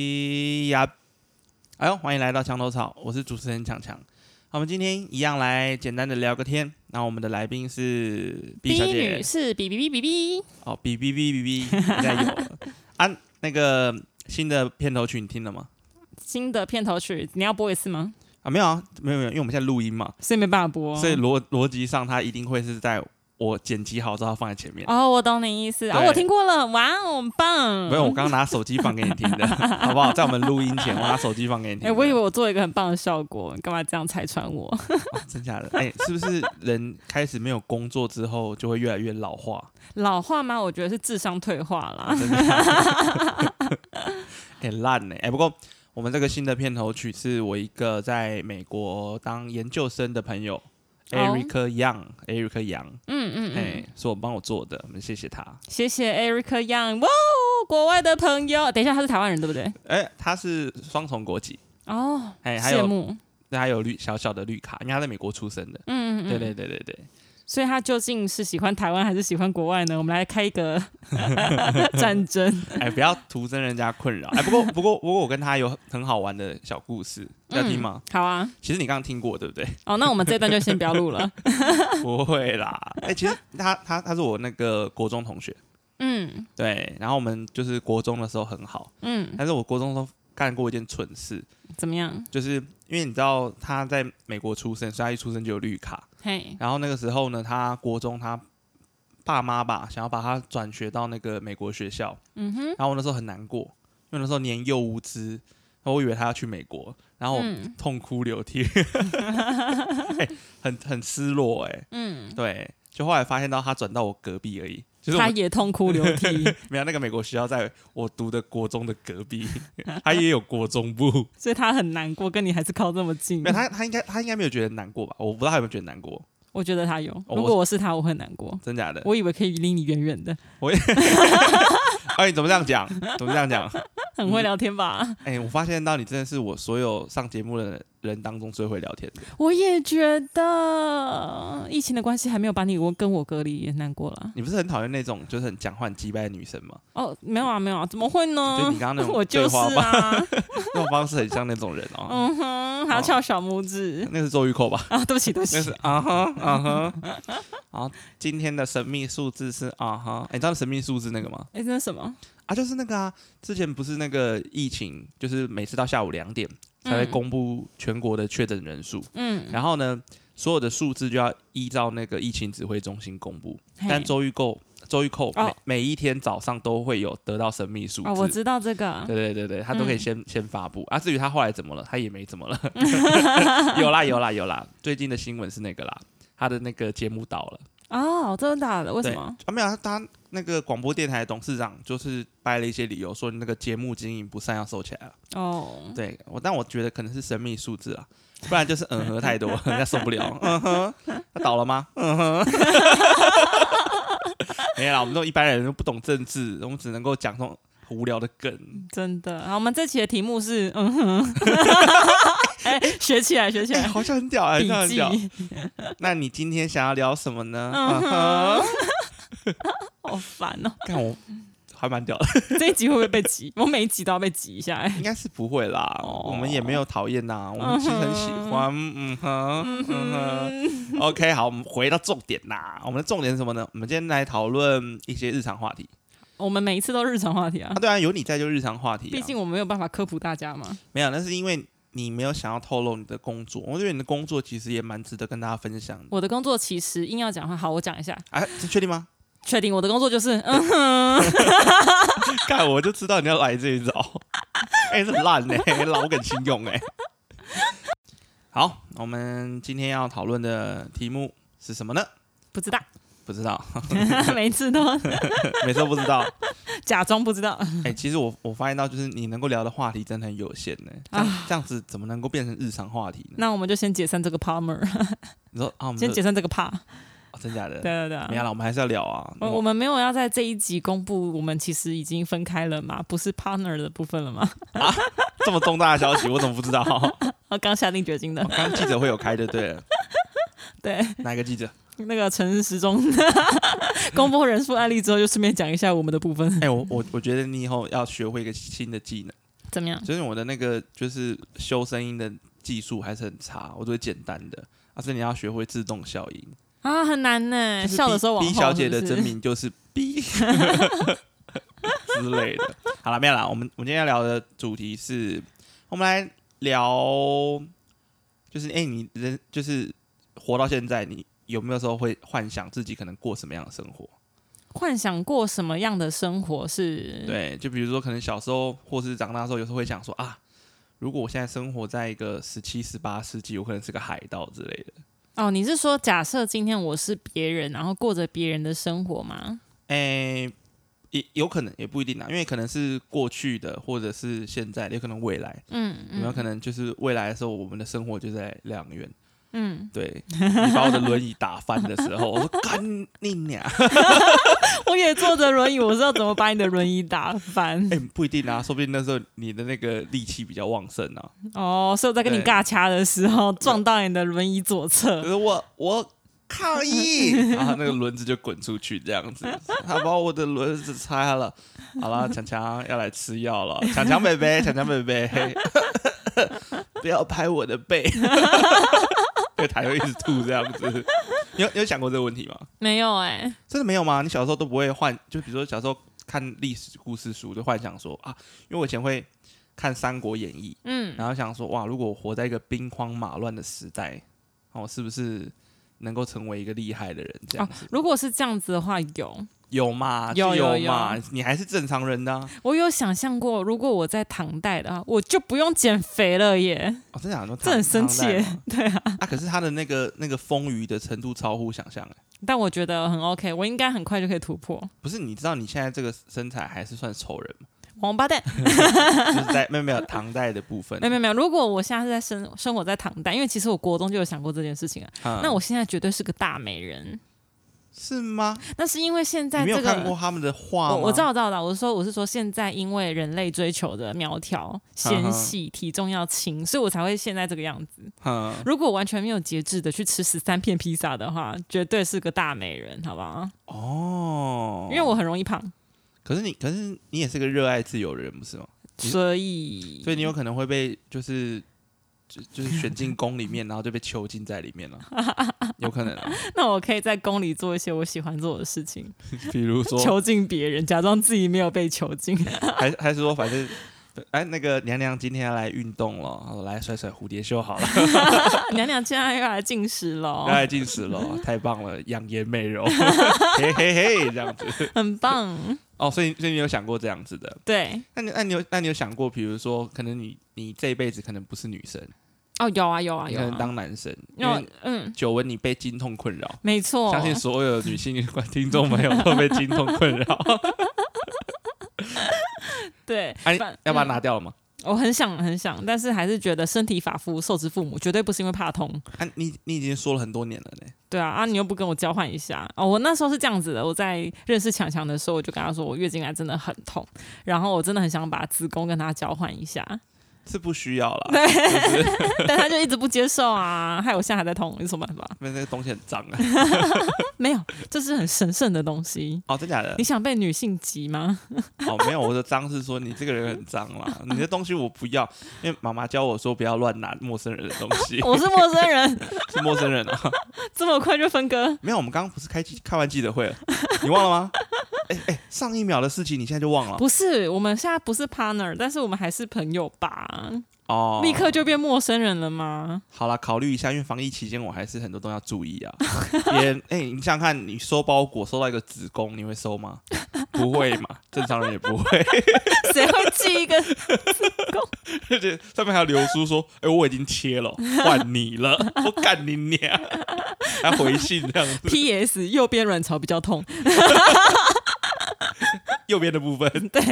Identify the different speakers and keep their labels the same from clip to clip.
Speaker 1: 是呀，哎呦，欢迎来到墙头草，我是主持人强强。好我们今天一样来简单的聊个天。那我们的来宾是 B 小姐
Speaker 2: 女士，哔哔哔哔哔，
Speaker 1: 哦，B B B B B 应该有了啊。那个新的片头曲你听了吗？
Speaker 2: 新的片头曲，你要播一次吗？
Speaker 1: 啊，没有啊，没有没有，因为我们现在录音嘛，
Speaker 2: 所以没办法播。
Speaker 1: 所以逻逻辑上它一定会是在我剪辑好之后放在前面。
Speaker 2: 哦，我懂你意思啊、
Speaker 1: 对
Speaker 2: 我听过了，哇哦，很棒。
Speaker 1: 没有，我刚刚拿手机放给你听的，好不好？在我们录音前，我拿手机放给你听
Speaker 2: 哎、
Speaker 1: 的。
Speaker 2: 我以为我做了一个很棒的效果，你干嘛这样拆穿我？
Speaker 1: 哦真假的？哎、是不是人开始没有工作之后，就会越来越老化？
Speaker 2: 老话吗？我觉得是智商退化啦。
Speaker 1: 真的， 哎烂呢！哎、不过我们这个新的片头曲是我一个在美国当研究生的朋友、Eric Young，Eric Young，
Speaker 2: 嗯哦嗯
Speaker 1: 哎、
Speaker 2: 嗯，
Speaker 1: 是我帮我做的，我们谢谢他。
Speaker 2: 谢谢 Eric Young，哇哦，国外的朋友。等一下，他是台湾人对不对？
Speaker 1: 哎、他是双重国籍，
Speaker 2: 哦，
Speaker 1: 哎、还
Speaker 2: 羡
Speaker 1: 有
Speaker 2: 慕。
Speaker 1: 对还有绿小小的绿卡，因为他在美国出生的。
Speaker 2: 嗯嗯嗯，
Speaker 1: 对对对对对。
Speaker 2: 所以他究竟是喜欢台湾还是喜欢国外呢？我们来开 一个战争。
Speaker 1: 哎，不要徒增人家困扰。哎，不过不过不过，我跟他有很好玩的小故事，要听吗？
Speaker 2: 好啊，
Speaker 1: 其实你刚刚听过，对不对？
Speaker 2: 哦，那我们这段就先不要录了。
Speaker 1: 不会啦。哎，其实他他他是我那个国中同学，
Speaker 2: 嗯
Speaker 1: 对。然后我们就是国中的时候很好，
Speaker 2: 嗯，
Speaker 1: 但是我国中的时候干过一件蠢事，
Speaker 2: 怎么样？
Speaker 1: 就是因为你知道他在美国出生，所以他一出生就有绿卡。
Speaker 2: 嘿，
Speaker 1: 然后那个时候呢，他国中他爸妈吧想要把他转学到那个美国学校，
Speaker 2: 嗯哼，
Speaker 1: 然后我那时候很难过，因为那时候年幼无知，然后我以为他要去美国，然后我
Speaker 2: 嗯
Speaker 1: 痛哭流 涕，哎很很失落哎、
Speaker 2: 嗯，
Speaker 1: 对，就后来发现到他转到我隔壁而已，就是我
Speaker 2: 他
Speaker 1: 们
Speaker 2: 也痛哭流 涕，
Speaker 1: 没有那个美国学校在我读的国中的隔壁，他也有国中部，
Speaker 2: 所以他很难过，跟你还是靠这么近
Speaker 1: 没。有他他应该他应该没有觉得难过吧？我不知道他有没有觉得难过，
Speaker 2: 我觉得他有，
Speaker 1: 哦我呃
Speaker 2: 如果我是他，我会很难过。
Speaker 1: 真假的？
Speaker 2: 我以为可以离你远远的，
Speaker 1: 哎，你怎么这样讲？怎么这样讲？
Speaker 2: 很会聊天吧？
Speaker 1: 哎，我发现到你真的是我所有上节目的人当中最会聊天的。
Speaker 2: 我也觉得疫情的关系还没有把你我跟我隔离，也难过了。
Speaker 1: 你不是很讨厌那种就是很讲话很鸡掰的女生吗？
Speaker 2: 哦，没有啊，没有啊，怎么会
Speaker 1: 就
Speaker 2: 呢
Speaker 1: 你？刚刚那
Speaker 2: 我
Speaker 1: 种对
Speaker 2: 就是
Speaker 1: 话吧，
Speaker 2: 啊，
Speaker 1: 那种方式很像那种人哦。
Speaker 2: 嗯哼，还要翘小拇指
Speaker 1: 那是周玉蔻吧？
Speaker 2: 啊！对不起，对不
Speaker 1: 那
Speaker 2: 起
Speaker 1: 是，啊哈啊哈。好，今天的神秘数字是啊哈。哎你知道神秘数字那个吗？
Speaker 2: 哎，那是什么？
Speaker 1: 啊，就是那个啊，之前不是那个疫情，就是每次到下午两点才会
Speaker 2: 嗯
Speaker 1: 公布全国的确诊人数，
Speaker 2: 嗯，
Speaker 1: 然后呢，所有的数字就要依照那个疫情指挥中心公布。
Speaker 2: 嘿
Speaker 1: 但周玉蔻，周玉蔻每、
Speaker 2: 哦
Speaker 1: 每一天早上都会有得到神秘数字。
Speaker 2: 哦，我知道这个，
Speaker 1: 对对对对，他都可以
Speaker 2: 嗯
Speaker 1: 先、先发布啊。至于他后来怎么了，他也没怎么 了。有啦有啦有啦，最近的新闻是那个啦，他的那个节目倒了
Speaker 2: 哦，真的假的？为什么？
Speaker 1: 啊，没有啊他那个广播电台董事长就是掰了一些理由，说那个节目经营不善要收起来了。
Speaker 2: 哦，
Speaker 1: 对我，但我觉得可能是神秘数字啊，不然就是嗯哼太多，人家受不了。 嗯哼，他倒了吗？嗯哼， 没有啦，我们这种一般人都不懂政治，我们只能够讲这种无聊的梗。
Speaker 2: 真的。好，我们这期的题目是嗯哼， 哎、学起来，学起
Speaker 1: 哎、
Speaker 2: 来，
Speaker 1: 好像很屌啊，好
Speaker 2: 笔
Speaker 1: 像很
Speaker 2: 记。
Speaker 1: 屌。那你今天想要聊什么呢？
Speaker 2: 嗯
Speaker 1: 嗯
Speaker 2: 哼
Speaker 1: 哼，
Speaker 2: 好烦哦、
Speaker 1: 看我还蛮屌的，
Speaker 2: 这一集会不会被挤？我每一集都要被挤一下、哎
Speaker 1: 应该是不会啦。
Speaker 2: 哦
Speaker 1: 我们也没有讨厌呐，我们其实很喜欢。嗯哼，嗯哼。OK，好，我们回到重点啦。我们的重点是什么呢？我们今天来讨论一些日常话题。
Speaker 2: 我们每一次都日常话题啊
Speaker 1: 啊，，对啊，有你在就日常话题、啊。
Speaker 2: 毕竟我没有办法科普大家嘛。
Speaker 1: 没有，那是因为你没有想要透露你的工作。我觉得你的工作其实也蛮值得跟大家分享的。
Speaker 2: 我的工作其实硬要讲的话，好，我讲一下，
Speaker 1: 哎、这确定吗？
Speaker 2: 确定我的工作就是嗯哼，
Speaker 1: 看，我就知道你要来这一招。哎、这很烂呢、老梗新用哎、好，我们今天要讨论的题目是什么呢？
Speaker 2: 不知道，
Speaker 1: 不知道，嗯
Speaker 2: 每一次都
Speaker 1: 每次都不知道。
Speaker 2: 假装不知道。
Speaker 1: 哎、其实我我发现到，就是你能够聊的话题真的很有限呢、这样这样子怎么能够变成日常话题呢？
Speaker 2: 啊那我们就先解散这个 Palmer，
Speaker 1: 嗯你说啊，我们
Speaker 2: 先
Speaker 1: 就
Speaker 2: 解散这个 Pa。
Speaker 1: 哦真假的
Speaker 2: 对？对对、
Speaker 1: 没有
Speaker 2: 啊。
Speaker 1: 啦，我们还是要聊啊。
Speaker 2: 我我们没有要在这一集公布，我们其实已经分开了嘛，不是 partner 的部分了吗？
Speaker 1: 这么重大的消息，我怎么不知道？哦
Speaker 2: 我 刚下定决心的。
Speaker 1: 刚记者会有开就对了，
Speaker 2: 对，
Speaker 1: 哪一个记者？
Speaker 2: 那个陈时中公布人数案例之后，就顺便讲一下我们的部分。
Speaker 1: 哎、我我我觉得你以后要学会一个新的技能，
Speaker 2: 怎么样？
Speaker 1: 就是我的那个就是修声音的技术还是很差，我都会简单的，但是你要学会自动消音。
Speaker 2: 啊，很难呢、
Speaker 1: 就是 B-
Speaker 2: 笑的时候往后
Speaker 1: B 小姐的
Speaker 2: 是不是
Speaker 1: 真名就是 B 之类的。好了，没有啦，我们我们今天要聊的主题是，我们来聊，就是哎、诶你人就是活到现在，你有没有时候会幻想自己可能过什么样的生活？
Speaker 2: 嗯幻想过什么样的生活是？，
Speaker 1: 对，就比如说可能小时候或是长大之后，有时候会想说啊。如果我现在生活在一个十七、十八世纪，我可能是个海盗之类的。
Speaker 2: 哦，你是说假设今天我是别人，然后过着别人的生活吗？
Speaker 1: 诶、也有可能，也不一定啊，因为可能是过去的，或者是现在的，也可能未来。
Speaker 2: 嗯
Speaker 1: 有没有
Speaker 2: 嗯
Speaker 1: 可能就是未来的时候，我们的生活就在两元？嗯，对，你把我的轮椅打翻的时候，我说干你娘！
Speaker 2: 我也坐着轮椅，我知道怎么把你的轮椅打翻
Speaker 1: 哎、。不一定啊，说不定那时候你的那个力气比较旺盛啊。
Speaker 2: 哦，所以我在跟你
Speaker 1: 对
Speaker 2: 尬掐的时候撞到你的轮椅左侧
Speaker 1: 可。是我我 抗议，然后那个轮子就滚出去这样子，他把我的轮子拆了。好了，强强要来吃药 了，强强北北，强强北北， 不要拍我的 背。对，他又一直吐这样子。你有你有想过这个问题吗？
Speaker 2: 没有哎、
Speaker 1: 真的没有吗？你小时候都不会幻，就比如说小时候看历史故事书，就幻想说啊，因为我以前会看《三国演义》，
Speaker 2: 嗯，
Speaker 1: 然后想说哇，如果我活在一个兵荒马乱的时代，哦，是不是能够成为一个厉害的人？这样
Speaker 2: 哦
Speaker 1: 子、，
Speaker 2: 如果是这样子的话，有
Speaker 1: 有嘛？
Speaker 2: 有
Speaker 1: 就
Speaker 2: 有
Speaker 1: 有嘛？你还是正常人的啊、
Speaker 2: 我有想象过，如果我在唐代的话，我就不用减肥了耶。
Speaker 1: 哦，真的讲说
Speaker 2: 这很生气耶， 对啊，
Speaker 1: 啊，可是他的那个那个丰腴的程度超乎想象哎。
Speaker 2: 但我觉得很 OK，我应该很快就可以突破。
Speaker 1: 不是，你知道你现在这个身材还是算丑人吗？
Speaker 2: 王八蛋，
Speaker 1: 嗯就是在 没有没有唐代的部分
Speaker 2: 没，有没有没有，如果我现在是在生生活在唐代，因为其实我国中就有想过这件事情了。
Speaker 1: 嗯
Speaker 2: 那我现在绝对是个大美人，
Speaker 1: 是吗？
Speaker 2: 那是因为现
Speaker 1: 你
Speaker 2: 在
Speaker 1: 没有
Speaker 2: 这
Speaker 1: 看
Speaker 2: 个
Speaker 1: 过他们的画吗？
Speaker 2: 我我知道，我知道，我知道我是说，我是说，现在因为人类追求的苗条、纤细、体重要轻，所以我才会现在这个样子。
Speaker 1: 嗯，
Speaker 2: 如果我完全没有节制的去吃十三片披萨的话，绝对是个大美人，好不好？
Speaker 1: 哦，
Speaker 2: 因为我很容易胖，
Speaker 1: 可是你，可是你也是个热爱自由的人，不是吗？你
Speaker 2: 所以
Speaker 1: 所以你有可能会被就是就就是选进宫里面，然后就被囚禁在里面 了，有可能、啊，
Speaker 2: 那我可以在宫里做一些我喜欢做的事情，
Speaker 1: 比如说，
Speaker 2: 囚禁别人，假装自己没有被囚 禁。
Speaker 1: 还还是说，反正。哎，那个娘娘今天要来运动了，哦来甩甩蝴蝶袖好了，
Speaker 2: 娘娘现在又来进食喽
Speaker 1: 要，来进食了，太棒了，养颜美 容，嘿嘿嘿，这样子。
Speaker 2: 很棒。
Speaker 1: 哦，所以所以你有想过这样子的？
Speaker 2: 对，
Speaker 1: 那你那你有那你有想过，比如说，可能你你这一辈子可能不是女生，
Speaker 2: 哦，有啊，有啊，
Speaker 1: 你
Speaker 2: 有
Speaker 1: 可能
Speaker 2: 啊。
Speaker 1: 当男生，因
Speaker 2: 有
Speaker 1: 为
Speaker 2: 嗯，
Speaker 1: 久闻你被经痛困扰，
Speaker 2: 没错，
Speaker 1: 相信所有女性观听众朋友都被经痛困 扰。
Speaker 2: 对，
Speaker 1: 啊，你
Speaker 2: 反
Speaker 1: 要把它
Speaker 2: 嗯
Speaker 1: 拿掉了吗？
Speaker 2: 我很想很想，但是还是觉得身体发肤受之父母，绝对不是因为怕痛。
Speaker 1: 啊，你你已经说了很多年了呢。
Speaker 2: 对啊，啊，你又不跟我交换一下哦。我那时候是这样子的，我在认识强强的时候，我就跟他说我月经来真的很痛，然后我真的很想把子宫跟他交换一下，
Speaker 1: 是不需要啦，
Speaker 2: 但他就一直不接受啊，害我现在还在痛，有什么办法？
Speaker 1: 因为那个东西很脏啊。
Speaker 2: 没有，这是很神圣的东 西。
Speaker 1: 哦，真假的
Speaker 2: 你？想被女性急吗？，
Speaker 1: 哦，没有，我的脏是说你这个人很脏啦，你的东西我不要，因为妈妈教我说不要乱拿陌生人的东西
Speaker 2: 我是陌生人，
Speaker 1: 是陌生人啊。
Speaker 2: 这么快就分割？
Speaker 1: 没有，我们刚刚不是开记开完记者会了，你忘了吗？哎哎，上一秒的事情你现在就忘了
Speaker 2: 不是，我们现在不是 partner，但是我们还是朋友吧？
Speaker 1: 哦。
Speaker 2: 立刻就变陌生人了吗？
Speaker 1: 好啦，考虑一下，因为防疫期间我还是很多东西要注意啊。 也，哎、你想想看，你收包裹收到一个子宫，你会收吗？ 不会嘛，正常人也不会。
Speaker 2: 谁会寄一个
Speaker 1: 而且上面还有流苏说，哎、我已经切了，换你了， 我干你娘，还回信这样 子，
Speaker 2: P.S. 右边卵巢比较痛，
Speaker 1: 右边的部分
Speaker 2: 对，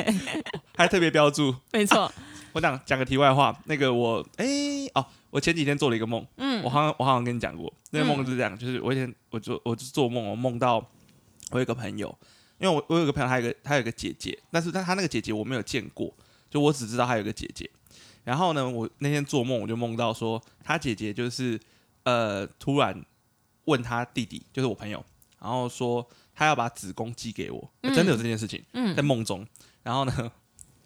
Speaker 1: 还特别标注。
Speaker 2: 没错，
Speaker 1: 我讲讲个题外话，那个我，哎、哦，我前几天做了一个梦，
Speaker 2: 嗯
Speaker 1: 我好像我好像跟你讲过，那个梦是这样，就是我以前我做我就做梦，我哦梦到我有一个朋友，因为我我有一个朋友，他有一个他有一个姐姐，但是但他那个姐姐我没有见过，就我只知道他有一个姐姐。然后呢，我那天做梦，我就梦到说他姐姐就是呃突然问他弟弟，就是我朋友，然后说他要把子宫寄给我，
Speaker 2: 嗯
Speaker 1: 真的有这件事情，在
Speaker 2: 嗯
Speaker 1: 梦中。然后呢，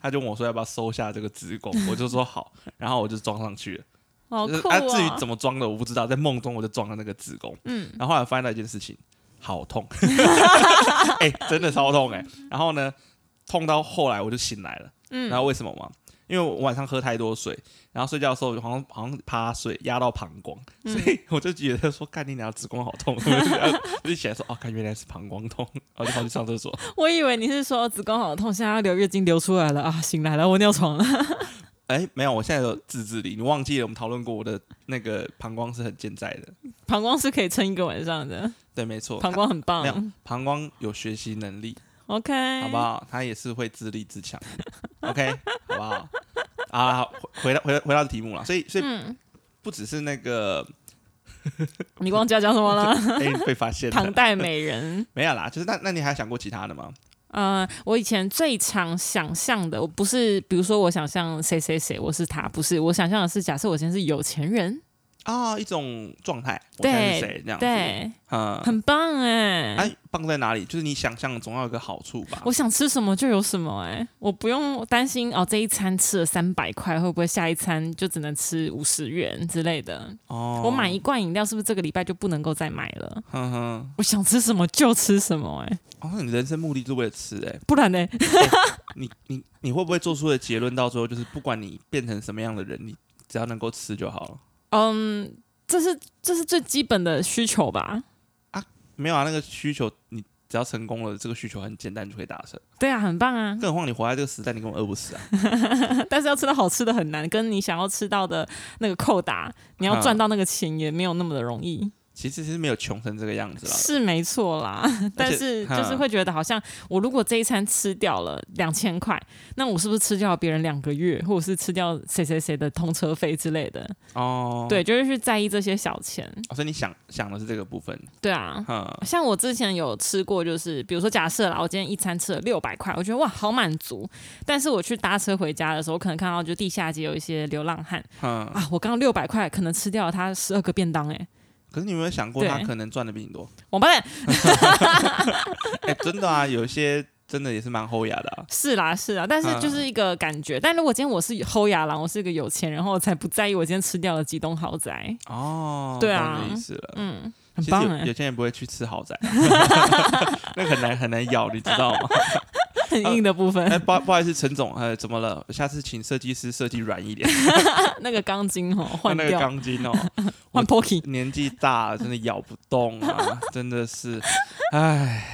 Speaker 1: 他就问我说要不要收下这个子 宫，我就说好，然后我就装上去了。
Speaker 2: 好
Speaker 1: 就是
Speaker 2: 酷
Speaker 1: 啊，至于
Speaker 2: 哦
Speaker 1: 怎么装的我不知道，在梦中我就装了那个子宫，
Speaker 2: 嗯，
Speaker 1: 然后后来发现到一件事情，好 痛， 哎、真的超痛哎、然后呢，痛到后来我就醒来了，
Speaker 2: 嗯
Speaker 1: 然后为什么吗？因为我晚上喝太多水，然后睡觉的时候好像好像趴睡压到膀胱，
Speaker 2: 嗯
Speaker 1: 所以我就觉得说，干你娘子宫好痛，然后我就起来说，哦，看原来是膀胱痛，然后就跑去上厕所，
Speaker 2: 我以为你是说子宫好痛，现在要流月经流出来了啊，醒来了，我尿床了。
Speaker 1: 哎、没有，我现在有自制力，你忘记了我们讨论过我的那个膀胱是很健在的，
Speaker 2: 膀胱是可以撑一个晚上的，
Speaker 1: 对，没错，
Speaker 2: 膀胱很
Speaker 1: 它没有
Speaker 2: 棒。
Speaker 1: 膀胱有学习能力。
Speaker 2: OK，
Speaker 1: 好不 好？他也是会自立自强的，OK，好不好？啊，好回回到回到回到题目了，所以所以
Speaker 2: 嗯
Speaker 1: 不只是那个
Speaker 2: 你忘记要讲什么了？
Speaker 1: 哎、被发现
Speaker 2: 唐
Speaker 1: 了，
Speaker 2: 代美人。
Speaker 1: 没有啦，就是那那你还想过其他的吗？
Speaker 2: 呃，我以前最常想象的，我不是，比如说我想象谁谁谁，我是他，不是，我想象的是，假设我现在是有钱人，
Speaker 1: 啊、一种状态，我
Speaker 2: 对
Speaker 1: 现在是谁这样子？
Speaker 2: 对，
Speaker 1: 嗯，
Speaker 2: 很棒哎、
Speaker 1: 啊哎、棒在哪里？就是你想象总要有个好处吧
Speaker 2: 我。想吃什么就有什么哎、我不用担心哦，这一餐吃了三百块，会不会下一餐就只能吃五十元之类的？
Speaker 1: 哦，
Speaker 2: 我买一罐饮料，是不是这个礼拜就不能够再买了？
Speaker 1: 哼哼，
Speaker 2: 我想吃什么就吃什么哎、
Speaker 1: 哦，那你人生目的是为了吃、哎，
Speaker 2: 不然呢？
Speaker 1: 你你你会不会做出的结论到最后就是，不管你变成什么样的人，你只要能够吃就好了。
Speaker 2: 嗯，这是这是最基本的需求吧？
Speaker 1: 没有啊，那个需求你只要成功了，这个需求很简单就可以达成。
Speaker 2: 对啊，很棒啊！
Speaker 1: 更何况你活在这个时代，你根本饿不死啊！
Speaker 2: 但是要吃到好吃的很难，跟你想要吃到的那个扣打，你要赚到那个钱也没有那么的容易，
Speaker 1: 其实是没有穷成这个样子 啦。
Speaker 2: 是没错啦。但是就是会觉得好像我如果这一餐吃掉了两千块，那我是不是吃掉别人两个月，或者是吃掉谁谁谁的通车费之类的？
Speaker 1: 哦，
Speaker 2: 对，就是去在意这些小钱。
Speaker 1: 哦，所以你想想的是这个部分，
Speaker 2: 对啊。
Speaker 1: 哈，
Speaker 2: 像我之前有吃过，就是比如说假设啦，我今天一餐吃了六百块，我觉得哇好满足。但是我去搭车回家的时候，我可能看到就地下街有一些流浪 汉，
Speaker 1: 哈。
Speaker 2: 啊，我刚刚六百块可能吃掉了他十二个便当哎、
Speaker 1: 可是你有没有想过，
Speaker 2: 对
Speaker 1: 他可能赚的比你多？
Speaker 2: 王八蛋
Speaker 1: 哎、真的啊，有一些真的也是蛮厚雅的啊。
Speaker 2: 是啦是啦，但是就是一个感觉。但如果今天我是齁牙郎，我是一个有钱人，然后我才不在意我今天吃掉了几栋豪宅，
Speaker 1: 哦，
Speaker 2: 对啊
Speaker 1: 懂你的意思了。
Speaker 2: 嗯，
Speaker 1: 其
Speaker 2: 很
Speaker 1: 实
Speaker 2: 棒
Speaker 1: 有
Speaker 2: 哎、
Speaker 1: 有些人不会去吃豪宅， 那个很难很难咬，你知道吗？
Speaker 2: 很硬的部分，
Speaker 1: 哎、不好不好意思，陈总，呃，怎么了？下次请设计师设计软一点，
Speaker 2: 那个钢筋哦换
Speaker 1: 那个
Speaker 2: 掉，
Speaker 1: 钢 筋哦。
Speaker 2: 换 Pocky，
Speaker 1: 年纪大了，真的咬不动 啊，真的是，唉，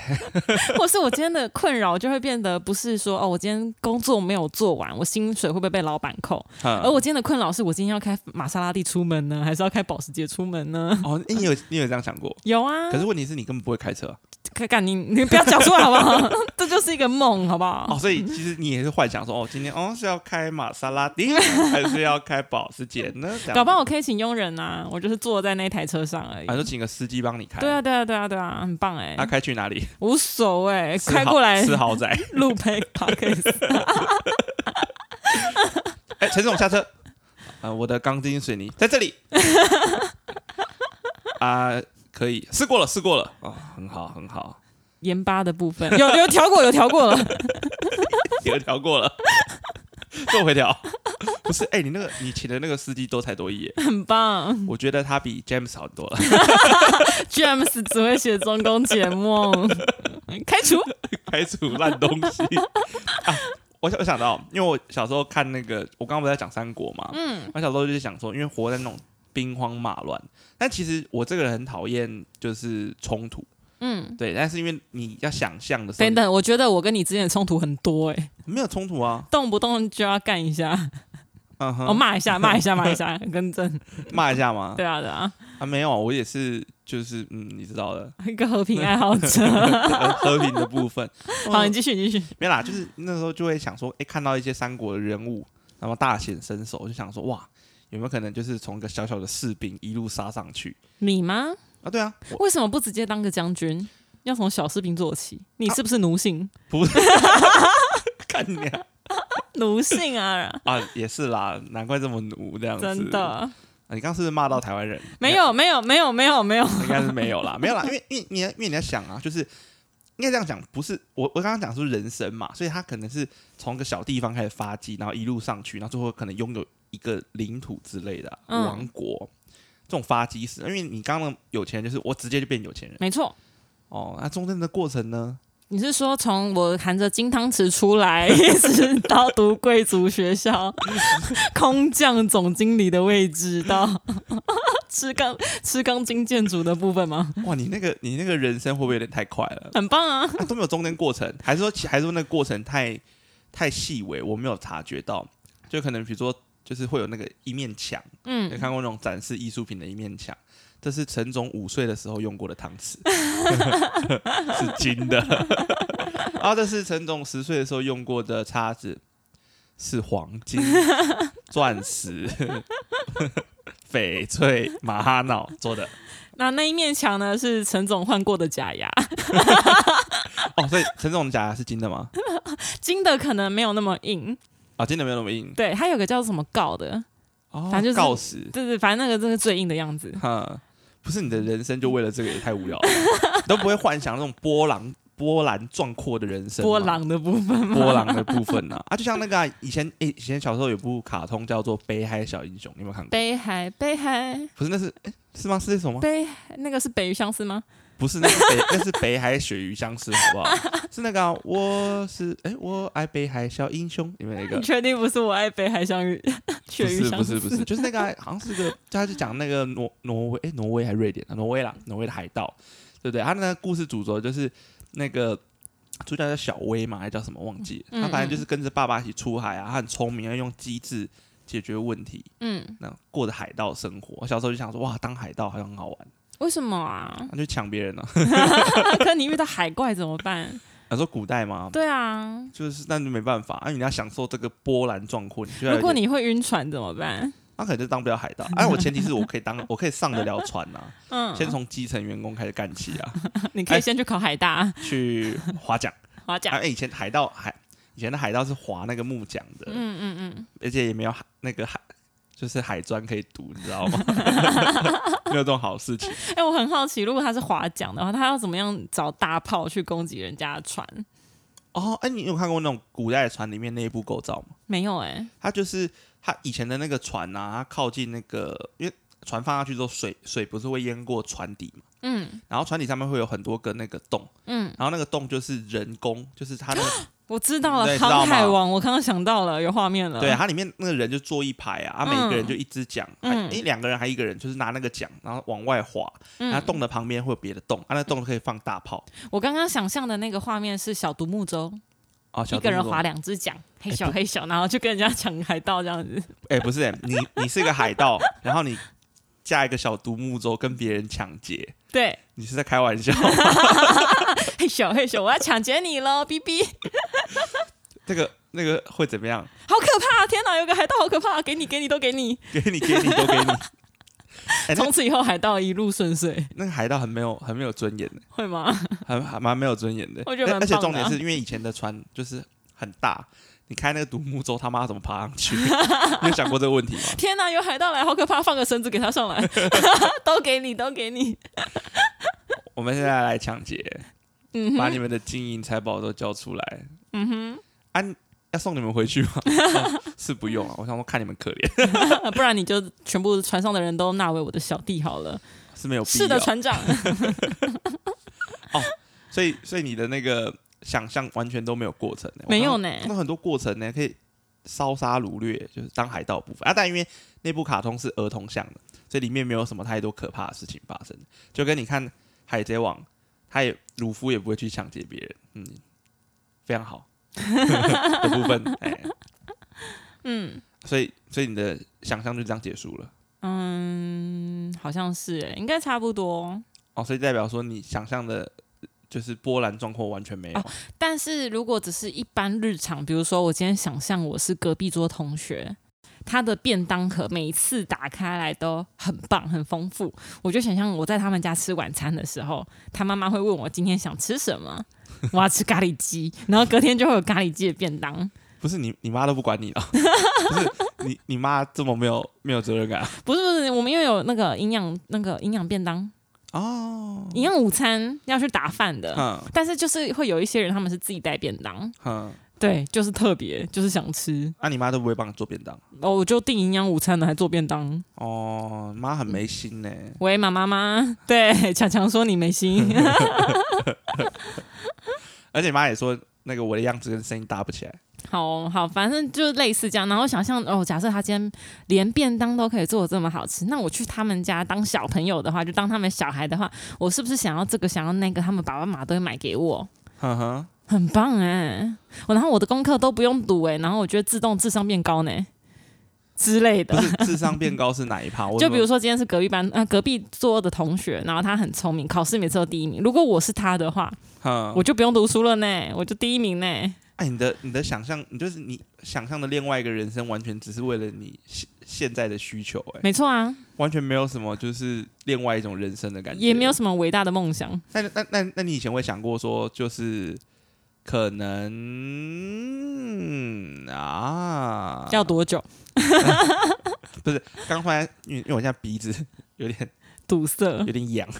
Speaker 2: 或是我今天的困扰就会变得不是说哦，我今天工作没有做完，我薪水会不会被老板扣？而
Speaker 1: 哦，
Speaker 2: 我今天的困扰是我今天要开玛莎拉蒂出门呢，还是要开保时捷出 门呢？
Speaker 1: 哦，欸你有你有这样想过？
Speaker 2: 有啊，
Speaker 1: 可是问题是你根本不会开车啊
Speaker 2: 可干你你不要讲出来好不好？ 这就是一个梦好不好？
Speaker 1: 哦，所以其实你也是幻想说，哦，今天哦是要开玛莎拉蒂 还是要开保时捷呢？这样
Speaker 2: 搞不好我可以请佣人啊，我就是坐在那台车上而已。
Speaker 1: 反正请个司机帮你开。
Speaker 2: 对啊，对啊，对啊，对啊，很棒哎、
Speaker 1: 他开去哪里？
Speaker 2: 无所谓，
Speaker 1: 吃
Speaker 2: 开
Speaker 1: 豪
Speaker 2: 过来
Speaker 1: 吃豪 宅。
Speaker 2: 录 p o d c a
Speaker 1: 哎，陈总下车。啊，我的钢筋水泥在这 里。啊，可以，试过了，试过了啊，很好，很好，
Speaker 2: 盐巴的 部分有有调过，有调过了，
Speaker 1: 有调过 了，做回调。不是，哎、你那个你请的那个司机多才多艺耶，
Speaker 2: 很棒。
Speaker 1: 我觉得他比 James 好多了。
Speaker 2: James 只会写中宫解 梦，开除。
Speaker 1: 开除烂东 西啊！我想我想到，因为我小时候看那个，我刚刚不是在讲三国嘛，嗯，我小时候就是想说，因为活在那种兵荒马乱，但其实我这个人很讨厌就是冲突，
Speaker 2: 嗯，
Speaker 1: 对，但是因为你要想象的时候，
Speaker 2: 等等，我觉得我跟你之间的冲突很多哎、
Speaker 1: 没有冲突啊，
Speaker 2: 动不动就要干一下，
Speaker 1: 嗯哼，
Speaker 2: 哦骂 一下，骂一下，骂一下，跟正。
Speaker 1: 骂一下吗？
Speaker 2: 对啊，对啊，
Speaker 1: 啊，没有啊，我也是，就是嗯，你知 道的，
Speaker 2: 一个和平爱好者。
Speaker 1: 和和平的部分，
Speaker 2: 好，
Speaker 1: 嗯
Speaker 2: 你继续，你继续。
Speaker 1: 没啦，就是那时候就会想说，哎、看到一些三国的人物，然后大显身手，就想说，哇，有没有可能就是从一个小小的士兵一路杀上去
Speaker 2: 你吗？
Speaker 1: 啊？对啊，我
Speaker 2: 为什么不直接当个将军？要从小士兵做起？你是不是奴性？
Speaker 1: 不是， 看你啊
Speaker 2: 奴性啊，
Speaker 1: 啊，也是啦，难怪这么奴这样子。
Speaker 2: 真
Speaker 1: 啊
Speaker 2: 的
Speaker 1: 你刚刚是不是骂到台湾人？
Speaker 2: 没有没有没有没有没 有，
Speaker 1: 应该，应该是没有啦，没有啦，因为因为你要因为你要想啊，就是应该这样讲，不是我我刚刚讲是人生嘛，所以他可能是从一个小地方开始发迹，然后一路上去，然后最后可能拥有一个领土之类的啊、
Speaker 2: 嗯
Speaker 1: 王国。这种发迹史，因为你刚刚的有钱人就是我直接就变有钱人
Speaker 2: 没错，
Speaker 1: 哦。那中间的过程呢？
Speaker 2: 你是说从我含着金汤匙出来， 一直到读贵族学校， 空降总经理的位置，到 吃钢吃钢筋建筑的部分吗？
Speaker 1: 哇，你那个你那个人生会不会有点太快了？
Speaker 2: 很棒啊！
Speaker 1: 啊、都没有中间过程，还是说其还是说那个过程太太细微，我没有察觉到。就可能比如说，就是会有那个一面墙，
Speaker 2: 嗯
Speaker 1: 有看过那种展示艺术品的一面墙，这是陈总五岁的时候用过的汤 匙，是金的。然后这是陈总十岁的时候用过的叉子，是黄 金、钻石、 翡翠、玛哈瑙做的。
Speaker 2: 那那一面墙呢，是陈总换过的假牙，
Speaker 1: 哦，所以陈总的假牙是金的吗？
Speaker 2: 金的可能没有那么硬，
Speaker 1: 啊，金的没有那么硬。
Speaker 2: 对，它有个叫什么锆的，
Speaker 1: 哦，
Speaker 2: 反正就是
Speaker 1: 锆石。
Speaker 2: 对对，反正那个真是最硬的样子。
Speaker 1: 哈，不是你的人生就为了这个也太无聊了， 你都不会幻想那种波澜波澜壮阔的人生吗，
Speaker 2: 波浪的部分吗？
Speaker 1: 波浪的部分呢、啊？就像那个啊、以前诶、以前小时候有部卡通叫做《北海小英雄》，你有没有看过？
Speaker 2: 北海，北海，
Speaker 1: 不是，那是诶、是吗？是这首吗？
Speaker 2: 北海，那个是北鱼相思吗？
Speaker 1: 不是，那是北那是北海鳕鱼相思，好不 好？是那个啊、我是诶、我爱北海小英雄里面那个
Speaker 2: 你。确定不是我爱北海相遇？
Speaker 1: 不
Speaker 2: 鳕鱼
Speaker 1: 是
Speaker 2: 相
Speaker 1: 不
Speaker 2: 思
Speaker 1: 是不是，就是那个啊、好像是个，他就讲那个挪挪威，哎、挪威还是瑞典啊？挪威啦，挪威的海盗，对不对？他那个故事主轴就是那个主角叫小威嘛，还叫什么忘记了。
Speaker 2: 嗯
Speaker 1: 他反正就是跟着爸爸一起出海啊，他很聪明，要用机智解决问题，
Speaker 2: 嗯，
Speaker 1: 那过着海盗生活。我小时候就想说，哇，当海盗好像很好玩，
Speaker 2: 为什么啊？
Speaker 1: 那就抢别人了、啊。
Speaker 2: 可你遇到海怪怎么办？
Speaker 1: 你说古代嘛，
Speaker 2: 对啊，
Speaker 1: 就是那就没办法，啊，你要享受这个波澜壮阔，你就要
Speaker 2: 如
Speaker 1: 有
Speaker 2: 果
Speaker 1: 点
Speaker 2: 你会晕船怎 么办？
Speaker 1: 那可能就当不了海 盗。哎、我前提是我可以当， 我可以上得了船呐、啊，
Speaker 2: 嗯，
Speaker 1: 先从基层员工开始干起啊。
Speaker 2: 你可以先去考海大
Speaker 1: 去划桨。
Speaker 2: 划桨
Speaker 1: 啊，。哎，以前海盗海，以前的海盗是划那个木桨的，
Speaker 2: 嗯嗯嗯，
Speaker 1: 而且也没有海那个海，就是海专可以读，你知道 吗？没有这种好事情。
Speaker 2: 哎、我很好奇，如果他是划桨的话，他要怎么样找大炮去攻击人家的船？
Speaker 1: 哦，哎、你有看过那种古代的船里面内部构造吗？
Speaker 2: 没有哎、
Speaker 1: 它就是它以前的那个船啊，它靠近那个，因为船放下去之后，水水不是会淹过船底嘛？
Speaker 2: 嗯
Speaker 1: 然后船底上面会有很多个那个洞，
Speaker 2: 嗯，
Speaker 1: 然后那个洞就是人工，就是 它那个
Speaker 2: 我知道
Speaker 1: 对
Speaker 2: 了，
Speaker 1: 知道吗
Speaker 2: 航海王，我刚刚想到了，有画面了。
Speaker 1: 对，啊它里面那个人就坐一排啊，啊，每一个人就一支桨，哎、
Speaker 2: 嗯
Speaker 1: 诶两个人还一个人，就是拿那个桨，然后往外滑，
Speaker 2: 嗯
Speaker 1: 然后洞的旁边会有别的洞，啊，那洞可以放大炮
Speaker 2: 我刚刚想象的那个画面是小独木舟，
Speaker 1: 啊，小
Speaker 2: 一个人
Speaker 1: 动物
Speaker 2: 划。两只桨，嘿小嘿小，然后去跟人家抢海盗这样子。
Speaker 1: 哎、不是、诶你你是一个海盗，然后你架一个小独木舟跟别人抢劫，
Speaker 2: 对，
Speaker 1: 你是在开玩笑？
Speaker 2: 嘿咻嘿咻，我要抢劫你喽，哔哔，
Speaker 1: 这个那个会怎么样？
Speaker 2: 好可怕！天哪，有个海盗好可怕，给你给你都给你，
Speaker 1: 给你给你都给你。 哎、那
Speaker 2: 从此以后海盗一路顺遂，
Speaker 1: 那个海盗很没有很没有尊严的，
Speaker 2: 会吗？
Speaker 1: 很还蛮没有尊严的。
Speaker 2: 我觉
Speaker 1: 而
Speaker 2: 得蛮
Speaker 1: 而且
Speaker 2: 棒的
Speaker 1: 重
Speaker 2: 啊
Speaker 1: 点是因为以前的船就是很大，你开那个独木舟，他妈怎么爬上去？ 你有想过这个问 题吗？
Speaker 2: 天哪，有海盗来，好可怕！放个绳子给他上来， 都给你，都给你。
Speaker 1: 我们现在来抢劫，
Speaker 2: 嗯
Speaker 1: 把你
Speaker 2: 哼，
Speaker 1: 们的金银财宝都交出来，啊
Speaker 2: 嗯哼
Speaker 1: 要送你们回去吗？ 是不用啊，我想说看你们可怜，
Speaker 2: 呃不然你就全部船上的人都纳为我的小弟好了。
Speaker 1: 是没有必要。
Speaker 2: 是的，船长，
Speaker 1: 所以所以你的那个想象完全都没有过程、欸，
Speaker 2: 没有
Speaker 1: 我
Speaker 2: 呢
Speaker 1: 看到看到很多过程呢、可以烧杀掳掠，就是当海盗部分啊。但因为那部卡通是儿童向的，所以里面没有什么太多可怕的事情发生，就跟你看《海贼王》，他也鲁夫也不会去抢劫别人，嗯，非常 好的部分，哎、
Speaker 2: 嗯
Speaker 1: 所以所以你的想象就这样结束了。
Speaker 2: 嗯，好像是哎，应该差不多。
Speaker 1: 哦，所以代表说你想象的，就是波澜壮阔完全没有。
Speaker 2: 哦但是如果只是一般日常，比如说我今天想象我是隔壁桌同学，他的便当盒每一次打开来都很棒、很丰富，我就想象我在他们家吃晚餐的时候，他妈妈会问我今天想吃什么， 我要吃咖喱鸡，然后隔天就会有咖喱鸡的便当。
Speaker 1: 不是你，你妈都不管你 了，不是你，你妈这么没有没有责任感啊
Speaker 2: 不是不是，我们又有那个营养那个营养便当，
Speaker 1: 哦，
Speaker 2: 营养午餐要去打饭的，
Speaker 1: 哼
Speaker 2: 但是就是会有一些人他们是自己带便当，
Speaker 1: 哼，
Speaker 2: 对，就是特别就是想吃，
Speaker 1: 那、啊你妈都不会帮你做便当
Speaker 2: 哦，我就订营养午餐的，还做便当。
Speaker 1: 哦，妈很没心呢、
Speaker 2: 喂，马妈妈， 对，强强说你没心，
Speaker 1: 而且你妈也说那个我的样子跟声音搭不起来，
Speaker 2: 好好，反正就是类似这样。然后想象哦，假设他今天连便当都可以做的这么好吃，那我去他们家当小朋友的话，就当他们小孩的话，我是不是想要这个想要那个，他们爸爸妈妈都会买给我？
Speaker 1: 哼哼，
Speaker 2: 很棒哎、我然后我的功课都不用读哎、然后我觉得自动智商变高呢之类的
Speaker 1: 不。是智商变高是哪一趴？我
Speaker 2: 就比如
Speaker 1: 说，
Speaker 2: 说今天是隔壁班啊、呃隔壁桌的同学，然后他很聪明，考试每次都第一名。如果我是他的话，
Speaker 1: 哼，
Speaker 2: 我就不用读书了呢，我就第一名呢。
Speaker 1: 啊哎，你的你的想象，你就是你想象的另外一个人生，完全只是为了你现现在的需求、哎，
Speaker 2: 没错啊，
Speaker 1: 完全没有什么就是另外一种人生的感觉，
Speaker 2: 也没有。什么伟大的梦想。
Speaker 1: 那那那那你以前会想过说，就是可能啊，
Speaker 2: 要多久？
Speaker 1: 刚突然，因为因为我现在鼻子 有点
Speaker 2: 堵塞
Speaker 1: 有。点痒，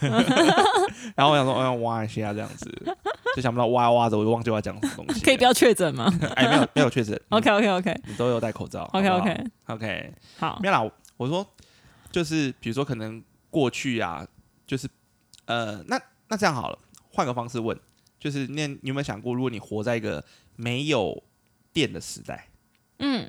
Speaker 1: 然后我想说，我要挖一下这样子，就想不到挖一挖着我就忘记我要讲什么东西了。
Speaker 2: 可以不要确诊吗
Speaker 1: 哎，没有没有，确实
Speaker 2: ？OK OK OK
Speaker 1: 你都有戴口罩
Speaker 2: OK OK，
Speaker 1: OK，
Speaker 2: 好
Speaker 1: 没，有啦，我我说就是比如说可能过去啊，就是呃，那那这样好了，换个方式问，就是那你有没有想过，如果你活在一个没有电的时代？
Speaker 2: 嗯，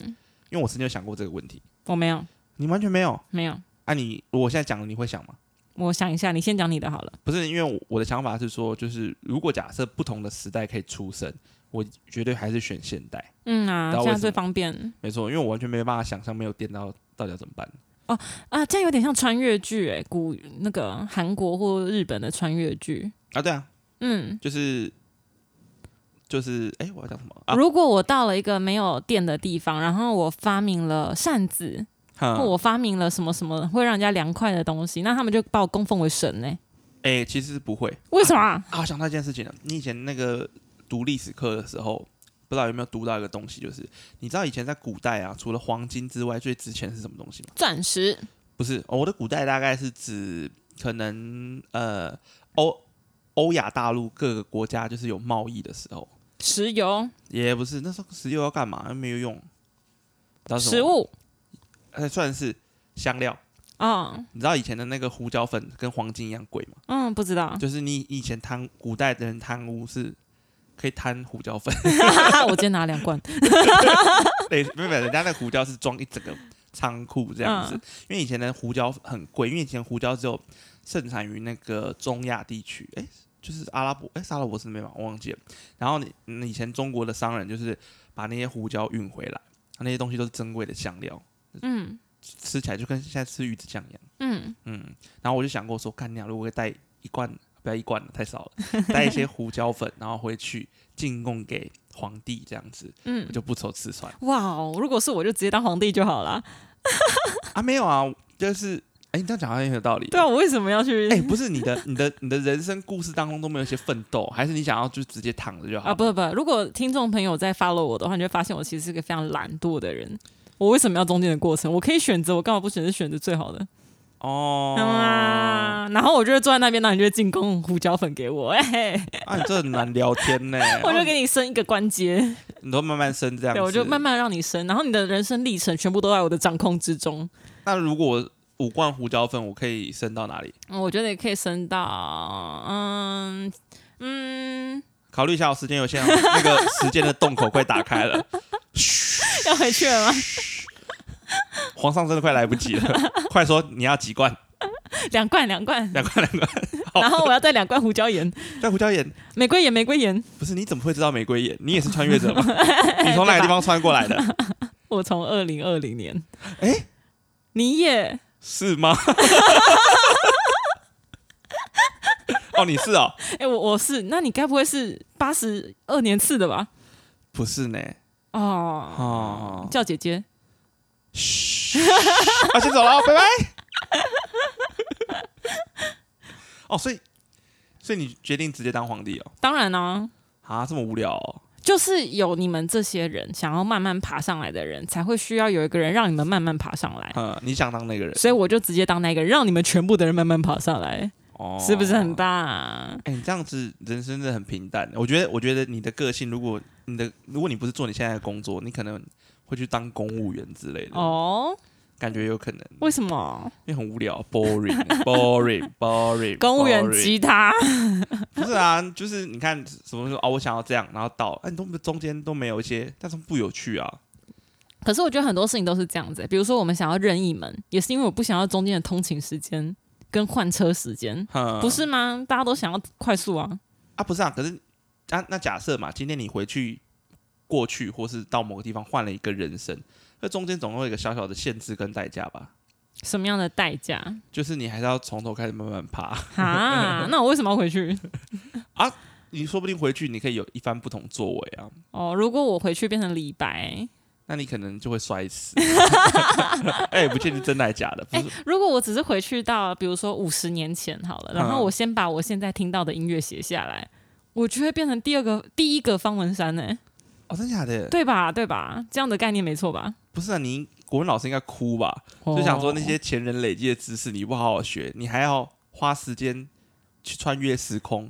Speaker 1: 因为我曾经有想过这个问题，
Speaker 2: 我没有
Speaker 1: 你完全没有
Speaker 2: 没有，
Speaker 1: 啊你？如果我现在讲了，你会想吗？
Speaker 2: 我想一下，你先讲你的好了。
Speaker 1: 不是，因为我我的想法是说，就是如果假设不同的时代可以出生，我绝对还是选现代。
Speaker 2: 嗯啊，
Speaker 1: 知道
Speaker 2: 这
Speaker 1: 为什么
Speaker 2: 样最方便
Speaker 1: 没错，因为我完全没办法想象没有电到到底要怎么办。
Speaker 2: 啊，这样有点像穿越剧哎、古那个韩国或日本的穿越剧。
Speaker 1: 啊，对啊，
Speaker 2: 嗯，
Speaker 1: 就是就是，哎、我要讲什么啊？
Speaker 2: 如果我到了一个没有电的地方，然后我发明了扇子，
Speaker 1: 哈
Speaker 2: 或我发明了什么什么会让人家凉快的东西，那他们就把我供奉为神呢、
Speaker 1: 哎、其实是不会
Speaker 2: 为什么啊？
Speaker 1: 啊。我想到一件事情了，你以前那个读历史课的时候，不知道有没有读到一个东西，就是你知道以前在古代啊，除了黄金之外，最值钱是什么东西吗？
Speaker 2: 钻石
Speaker 1: 不是，哦我的古代大概是指可能呃欧欧亚大陆各个国家就是有贸易的时候，
Speaker 2: 石油、
Speaker 1: 也不是那时候石油要干嘛？又没有用，到
Speaker 2: 食，物
Speaker 1: 哎，算是香料。
Speaker 2: 哦，
Speaker 1: 你知道以前的那个胡椒粉跟黄金一样贵吗？
Speaker 2: 嗯，不知道，
Speaker 1: 就是你以前贪古代的人贪污是可以贪胡椒粉，
Speaker 2: 我今天拿两罐，
Speaker 1: 对，没有没有，人家那胡椒是装一整个仓库这样子，因为以前的胡椒很贵，因为以前胡椒只有盛产于那个中亚地区，哎、就是阿拉伯，哎、是阿拉伯是没吧，我忘记了。然后你你以前中国的商人就是把那些胡椒运回来，那些东西都是珍贵的香料，
Speaker 2: 嗯
Speaker 1: 吃起来就跟现在吃鱼子酱一样。
Speaker 2: 嗯，
Speaker 1: 嗯，然后我就想过说，干娘如果带一罐，不要一罐了，太少了，带一些胡椒粉，然后回去进贡给皇帝这样子，
Speaker 2: 嗯
Speaker 1: 我就不愁吃穿
Speaker 2: 哇哦，如果是我就直接当皇帝就好了。
Speaker 1: 啊。没有啊，就是哎，你这样讲好像很有道理。
Speaker 2: 对啊，我为什么要去？
Speaker 1: 哎，不是你的， 你的，你的人生故事当中都没有一些奋斗，还是你想要就直接躺着就好？
Speaker 2: 啊，不不，如果听众朋友在 follow 我的话，你就会发现我其实是个非常懒惰的人。我为什么要中间的过程？我可以选择，我干嘛不选择选择最好的？
Speaker 1: 哦，
Speaker 2: 嗯啊，然后我就会坐在那边，然后你就会进攻胡椒粉给我，哎、 嘿
Speaker 1: 啊，你这很难聊天呢
Speaker 2: 。
Speaker 1: 哦
Speaker 2: 我就给你升一个关节，
Speaker 1: 你都慢慢升这样
Speaker 2: 对
Speaker 1: 子，
Speaker 2: 我就慢。慢让你升，然后你的人生历程全部都在我的掌控之中。
Speaker 1: 那如果我五罐胡椒粉，我可以升到哪里？
Speaker 2: 嗯我觉得也可以升到，嗯嗯，
Speaker 1: 考虑一下，我时间有限，哦 那个时间的洞口快打开了。
Speaker 2: 要回去了吗？
Speaker 1: 皇上真的快来不及了， 快说你要几罐？
Speaker 2: 两罐两罐，
Speaker 1: 两罐两罐。
Speaker 2: 然后我要再两罐胡椒盐，
Speaker 1: 但胡椒盐
Speaker 2: 玫瑰盐玫瑰盐，
Speaker 1: 不是你怎么会知道玫瑰盐？你也是穿越者 吗？你从哪个地方穿过来的？
Speaker 2: 我从二零二零年，
Speaker 1: 哎
Speaker 2: 你也
Speaker 1: 是吗？ 哦，你是哦，
Speaker 2: 哎、我我是，那你该不会是八十二年次的吧？
Speaker 1: 不是呢？
Speaker 2: 哦，
Speaker 1: 哦，
Speaker 2: 叫姐姐，
Speaker 1: 嘘，我先走了哦， 拜拜。哦，所以，所以你决定直接当皇帝哦？
Speaker 2: 当然呢、
Speaker 1: 啊，这么无聊哦？
Speaker 2: 就是有你们这些人想要慢慢爬上来的人，才会需要有一个人让你们慢慢爬上来。
Speaker 1: 啊嗯，你想当那个人？
Speaker 2: 所以我就直接当那个人，让你们全部的人慢慢爬上来。
Speaker 1: 哦，
Speaker 2: 是不是很？棒？
Speaker 1: 哎、你这样子人生真的很平淡。我觉得，我觉得你的个性，如果你的如果你不是做你现在的工作，你可能会去当公务员之类的，
Speaker 2: 哦，
Speaker 1: 感觉有可能，
Speaker 2: 为什么
Speaker 1: 因为很无聊，boring，boring，boring，
Speaker 2: 公务员
Speaker 1: boring
Speaker 2: 吉他？
Speaker 1: 不是啊，就是你看什么时候哦，我想要这样，然后到，哎、你都中间都没有一些，但是不有趣啊。
Speaker 2: 可是我觉得很多事情都是这样子、欸比如说我们想要任意门，也是因为我不想要中间的通勤时间跟换车时间，
Speaker 1: 哼
Speaker 2: 不是吗？大家都想要快速啊，
Speaker 1: 啊，不是啊，可是啊，那假设嘛，今天你回去过去或是到某个地方换了一个人生，那中间总会有一个小小的限制跟代价吧，
Speaker 2: 什么样的代 价
Speaker 1: 就是你还是要从头开始慢慢爬。
Speaker 2: 哈，那我为什么要回去？
Speaker 1: 你说不定回去你可以有一番不同作为啊，
Speaker 2: 哦，如果我回去变成李白，
Speaker 1: 那你可能就会摔死。 哎、不确定真的还假的，不 是、
Speaker 2: 如果我只是回去到比如说五十年前好了，然后
Speaker 1: 嗯
Speaker 2: 我先把我现在听到的音乐写下来，我就会变成第二个第一个方文山呢、欸
Speaker 1: 哦，真的假的？
Speaker 2: 对吧？对吧？这样的概念没错吧？
Speaker 1: 不是啊，你国文老师应该哭吧？
Speaker 2: 哦
Speaker 1: 就想说那些前人累积的知识，你不好好学，你还要花时间去穿越时 空，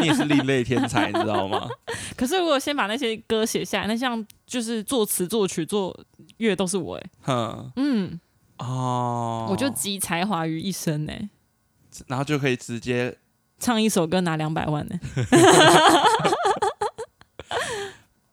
Speaker 1: 你也是另类天才，你知道吗？
Speaker 2: 可是如果先把那些歌写下来，那像就是作词、作曲、作乐都是我哎、
Speaker 1: 哼，
Speaker 2: 嗯，
Speaker 1: 哦，
Speaker 2: 我就集才华于一身哎、
Speaker 1: 然后就可以直接
Speaker 2: 唱一首歌拿两百 万呢、欸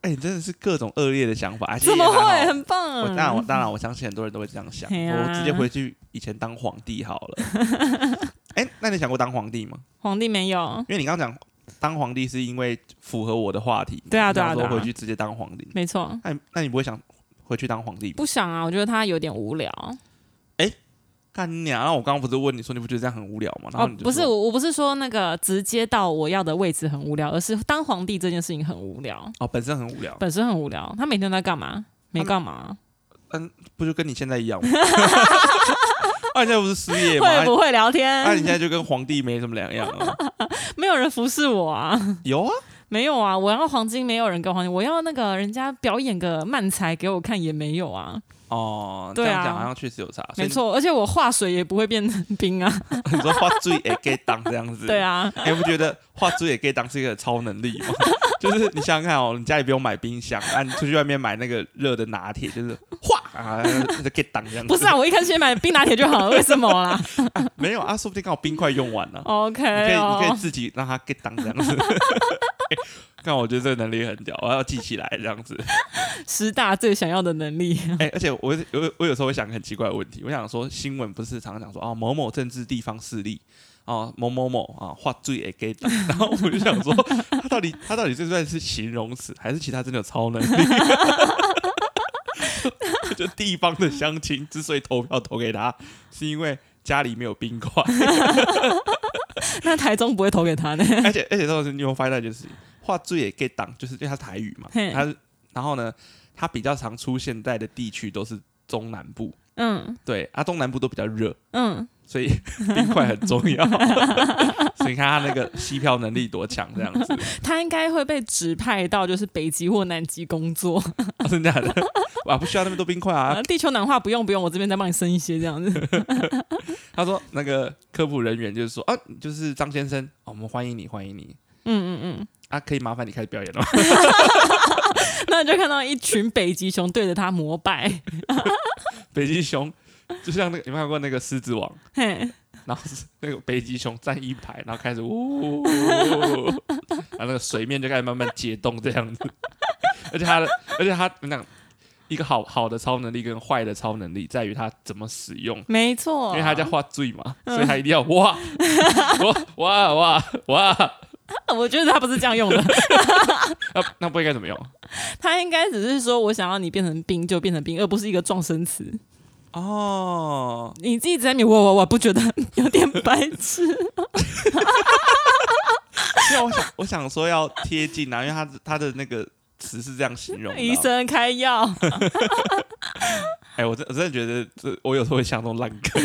Speaker 1: 哎、你真的是各种恶劣的想法，哎
Speaker 2: 怎么？
Speaker 1: 其实也
Speaker 2: 会？
Speaker 1: 还好
Speaker 2: 很棒、
Speaker 1: 我当然，我当然，我相信很多人都会这样想。
Speaker 2: 嘿啊
Speaker 1: 我直接回去以前当皇帝好 了。哎、那你想过当皇帝吗？
Speaker 2: 皇帝没有，
Speaker 1: 因为你刚刚讲当皇帝是因为符合我的话题，
Speaker 2: 对啊
Speaker 1: 你想
Speaker 2: 对啊对啊
Speaker 1: 说回去直接当皇帝。
Speaker 2: 没错，
Speaker 1: 那你那你不会想回去当皇帝吗？
Speaker 2: 不想啊，我觉得他有点无聊
Speaker 1: 干你娘！然后我刚刚不是问你说你不觉得这样很无聊吗？然
Speaker 2: 哦
Speaker 1: 后你，就
Speaker 2: 不是
Speaker 1: 说，
Speaker 2: 我，我不是说那个直接到我要的位置很无聊，而是当皇帝这件事情很无聊，
Speaker 1: 哦，本身很无聊，
Speaker 2: 本身很无聊，他每天都在干嘛？没干嘛，
Speaker 1: 不就跟你现在一样 吗？啊，你现在不是失业吗？
Speaker 2: 会
Speaker 1: 啊
Speaker 2: 不会聊
Speaker 1: 啊，你现
Speaker 2: 天？
Speaker 1: 在就跟皇帝没什么两样 啊。
Speaker 2: 没有人服侍我啊。
Speaker 1: 有啊，
Speaker 2: 没有啊，我要黄金，没有人给我黄金。我要那个人家表演个慢才给我看，也没有啊。
Speaker 1: 哦，
Speaker 2: 对啊
Speaker 1: 这样讲好像确实有差。所以
Speaker 2: 没错，而且我化水也不会变成冰啊。
Speaker 1: 你，你说画嘴也可以当这样子，
Speaker 2: 对。啊，
Speaker 1: 哎，不觉得画嘴也可以当是一个超能力吗？ 就是你想想看哦，你家里不用买冰箱，啊，你出去外面买那个热的拿铁，就是画啊，就可以当这样子。
Speaker 2: 不是啊，我一开始先买冰拿铁就好了，为什么 啦
Speaker 1: 没有啊，说不定刚好冰块用完了。你可
Speaker 2: ？OK
Speaker 1: 以你可以
Speaker 2: 哦，
Speaker 1: 自己让他 get 当这样子。哎看，我觉得这个能力很屌，我要记起来这样子。
Speaker 2: 十大最想要的能力。
Speaker 1: 哎、而且我有我有时候会想一个很奇怪的问题，我想说新闻不是常常讲说哦某某政治地方势力哦某某某啊画最也 get，然后我就想说他到底他到底这算是形容词，还是其他真的有超能力？ 就地方的乡亲之所以投票投给他，是因为家里没有冰块。
Speaker 2: 那台中不会投给他呢？
Speaker 1: 而且而且当时你有没有发现到一件事情，画最也 get 档，就是因为它是台语嘛，
Speaker 2: 嘿
Speaker 1: 它是然后呢，它比较常出现在的地区都是中南部，
Speaker 2: 嗯
Speaker 1: 对啊，东南部都比较热，
Speaker 2: 嗯，
Speaker 1: 所以 冰块很重要。 所以你看它那个吸票能力多强，这样子，
Speaker 2: 他应该会被指派到就是北极或南极工作。
Speaker 1: 啊真的假的？哇，不需要那么多冰块啊
Speaker 2: 啊、！地球暖化不用不用，我这边再帮你生一些这 样子。
Speaker 1: 他说那个科普人员就是说啊，就是张先生，哦我们欢迎你，欢迎你
Speaker 2: 嗯嗯嗯，
Speaker 1: 啊，可以麻烦你开始表演了吗。
Speaker 2: 那你就看到一群北极熊对着他膜拜。
Speaker 1: 北极熊就像那个，你有没有看过那个《狮子王》？
Speaker 2: 嘿，
Speaker 1: 然后是那个北极熊站一排，然后开始呜，然后那个水面就开始慢慢解冻这样子。而且它的，而且它那一个好好的超能力跟坏的超能力在于它怎么使用，
Speaker 2: 没错，
Speaker 1: 因为它叫画醉嘛，所以它一定要哇哇哇哇哇，
Speaker 2: 我觉得他不是这样用的，
Speaker 1: 那那不应该怎么用？啊
Speaker 2: 他应该只是说我想要你变成冰就变成冰，而不是一个撞声词。
Speaker 1: 哦，
Speaker 2: 你自己在你我我我不觉得有点白 痴？
Speaker 1: 因为我想我想说要贴近啊，因为它它的那个词是这样形容的啊。
Speaker 2: 医生开药，
Speaker 1: 哎、我真我真的觉得这我有时候会像这种烂梗，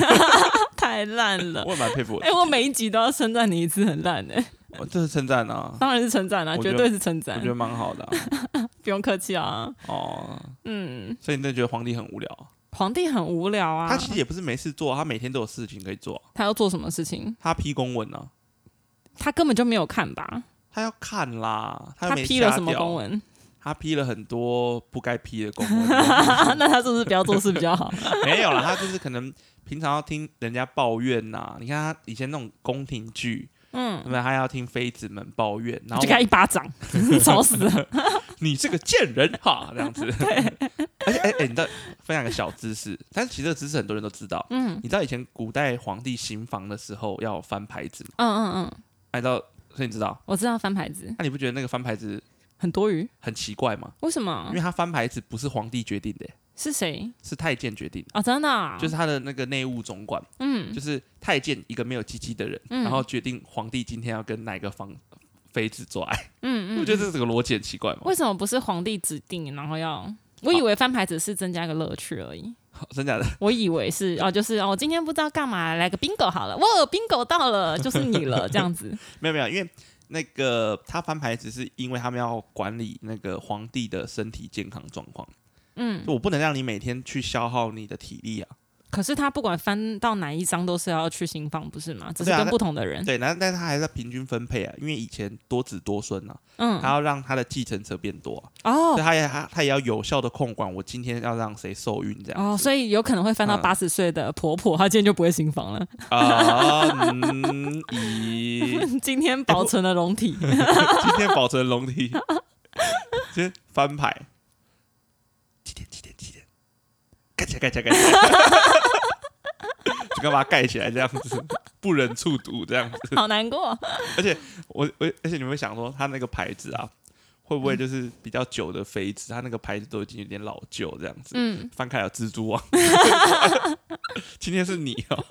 Speaker 2: 太烂了。
Speaker 1: 我也蛮佩服我
Speaker 2: 哎、我每一集都要称赞你一次，很烂哎、
Speaker 1: 我这是称赞啊，
Speaker 2: 当然是称赞啦，
Speaker 1: 我觉
Speaker 2: 绝
Speaker 1: 得
Speaker 2: 对是称
Speaker 1: 我
Speaker 2: 赞
Speaker 1: 觉，得蛮好的啊、
Speaker 2: 不用客气啊。
Speaker 1: 哦。
Speaker 2: 嗯，
Speaker 1: 所以你真的觉得皇帝很无聊啊？
Speaker 2: 皇帝很无聊啊，
Speaker 1: 他其实也不是没事做，他每天都有事情可以做。
Speaker 2: 他要做什么事情？
Speaker 1: 他批公文呢、啊，
Speaker 2: 他根本就没有看吧？
Speaker 1: 他要看啦，他又
Speaker 2: 他
Speaker 1: 没
Speaker 2: 批了
Speaker 1: 瞎
Speaker 2: 什么
Speaker 1: 掉
Speaker 2: 公？文？
Speaker 1: 他批了很多不该批的公 文，
Speaker 2: 啊那他是不是不要做事比较好？
Speaker 1: 没有啦，他就是可能平常要听人家抱怨呐、你看他以前那种宫廷剧，
Speaker 2: 嗯
Speaker 1: 对，不对？他要听妃子们抱怨， 然后
Speaker 2: 就给他一 巴掌，吵死了！
Speaker 1: 你这个贱人 哈，这样子。 而且，哎、哎，你知道分享个小知识，但是其实这个知识很多人都知道。
Speaker 2: 嗯
Speaker 1: 你知道以前古代皇帝行房的时候要翻牌子吗？
Speaker 2: 嗯嗯嗯，
Speaker 1: 哎，你知道，所以你知道，
Speaker 2: 我知道翻牌子
Speaker 1: 那、你不觉得那个翻牌子
Speaker 2: 很多余，
Speaker 1: 很奇怪吗？
Speaker 2: 为什
Speaker 1: 因
Speaker 2: 么
Speaker 1: 为？他翻牌子不是皇帝决定的，
Speaker 2: 是谁
Speaker 1: 是太监决定的，
Speaker 2: 啊？真的啊，
Speaker 1: 就是他的那个内务总管，
Speaker 2: 嗯
Speaker 1: 就是太监一个没有鸡鸡的人，
Speaker 2: 嗯
Speaker 1: 然后决定皇帝今天要跟哪个房妃子做爱。
Speaker 2: 嗯
Speaker 1: 你不
Speaker 2: 嗯，
Speaker 1: 觉得这个逻辑很奇怪吗？
Speaker 2: 为什么不是皇帝指定，然后要？我以为翻牌子是增加个乐趣而已，
Speaker 1: 好真假的？
Speaker 2: 我以 为是哦，就是哦，今天不知道干嘛，来个 bingo 好了，哇，bingo 到了，就是你了，这样子，
Speaker 1: 没有没有，啊因为那个他翻牌只是因为他们要管理那个皇帝的身体健康状况，
Speaker 2: 嗯
Speaker 1: 就。我不能让你每天去消耗你的体力啊。
Speaker 2: 可是他不管翻到哪一张都是要去新房，不是吗？只是
Speaker 1: 对啊
Speaker 2: 跟
Speaker 1: 那
Speaker 2: 不同的人，
Speaker 1: 对，然后但是他还是要平均分配啊，因为以前多子多孙啊，他
Speaker 2: 嗯，
Speaker 1: 要让他的继承者变多、啊，所
Speaker 2: 哦
Speaker 1: 以他也他他也要有效的控管我今天要让谁受孕这样
Speaker 2: 哦，
Speaker 1: 子。
Speaker 2: 所以有可能会翻到
Speaker 1: 嗯
Speaker 2: 八十岁的婆婆，她今天就不会新房了。
Speaker 1: 啊，嗯， 咦，
Speaker 2: 今天保存了龙体，
Speaker 1: 哎 今天保存龙体，今天翻牌，几点？几点？几点？盖起来，盖起来，盖起来， 就干嘛盖起来这样子，不忍触睹这样子。
Speaker 2: 好难过。
Speaker 1: 而且我我，而且你们会想说，他那个牌子啊，会不会就是比较久的妃子，他那个牌子都已经有点老旧这样子。
Speaker 2: 嗯，
Speaker 1: 翻开了蜘蛛网， 今天是你哦。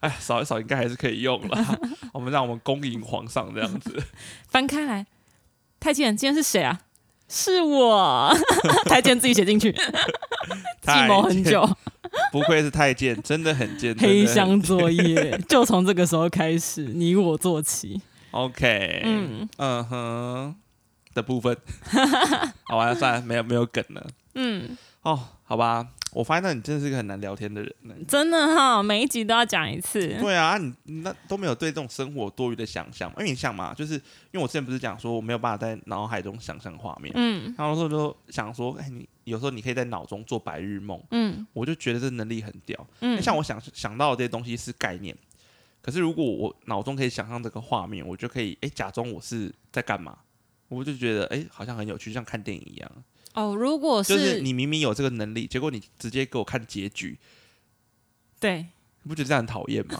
Speaker 1: 哎，扫一扫应该还是可以用了。我们让我们恭迎皇上这样子。
Speaker 2: 翻开来，太监今天是谁啊？是我，太监自己写进去， 计谋很久，
Speaker 1: 不愧是太监，真的很监。 真
Speaker 2: 黑
Speaker 1: 的很
Speaker 2: 箱作业就从这个时候开始，你我 做起。
Speaker 1: OK，嗯
Speaker 2: 嗯
Speaker 1: 哼的部 分，好完了，算了，没有没有梗了。
Speaker 2: 嗯，
Speaker 1: 哦，好吧，我发现到你真的是一个很难聊天的人呢。
Speaker 2: 真的哈，每一集都要讲一次。
Speaker 1: 对啊，你你那都没有对这种生活多余的想象嘛，因为你想嘛，就是因为我之前不是讲说我没有办法在脑海中想象画面，
Speaker 2: 嗯
Speaker 1: 然后说就想说，哎，你有时候你可以在脑中做白日梦，
Speaker 2: 嗯
Speaker 1: 我就觉得这能力很屌。
Speaker 2: 嗯，
Speaker 1: 像我想想到的这些东西是概念，可是如果我脑中可以想象这个画面，我就可以哎、诶假装我是在干嘛，我就觉得哎、诶好像很有趣，像看电影一样。
Speaker 2: 哦，如果
Speaker 1: 就是你明明有这个能力，结果你直接给我看结局，
Speaker 2: 对，
Speaker 1: 你不觉得这样很讨厌 吗？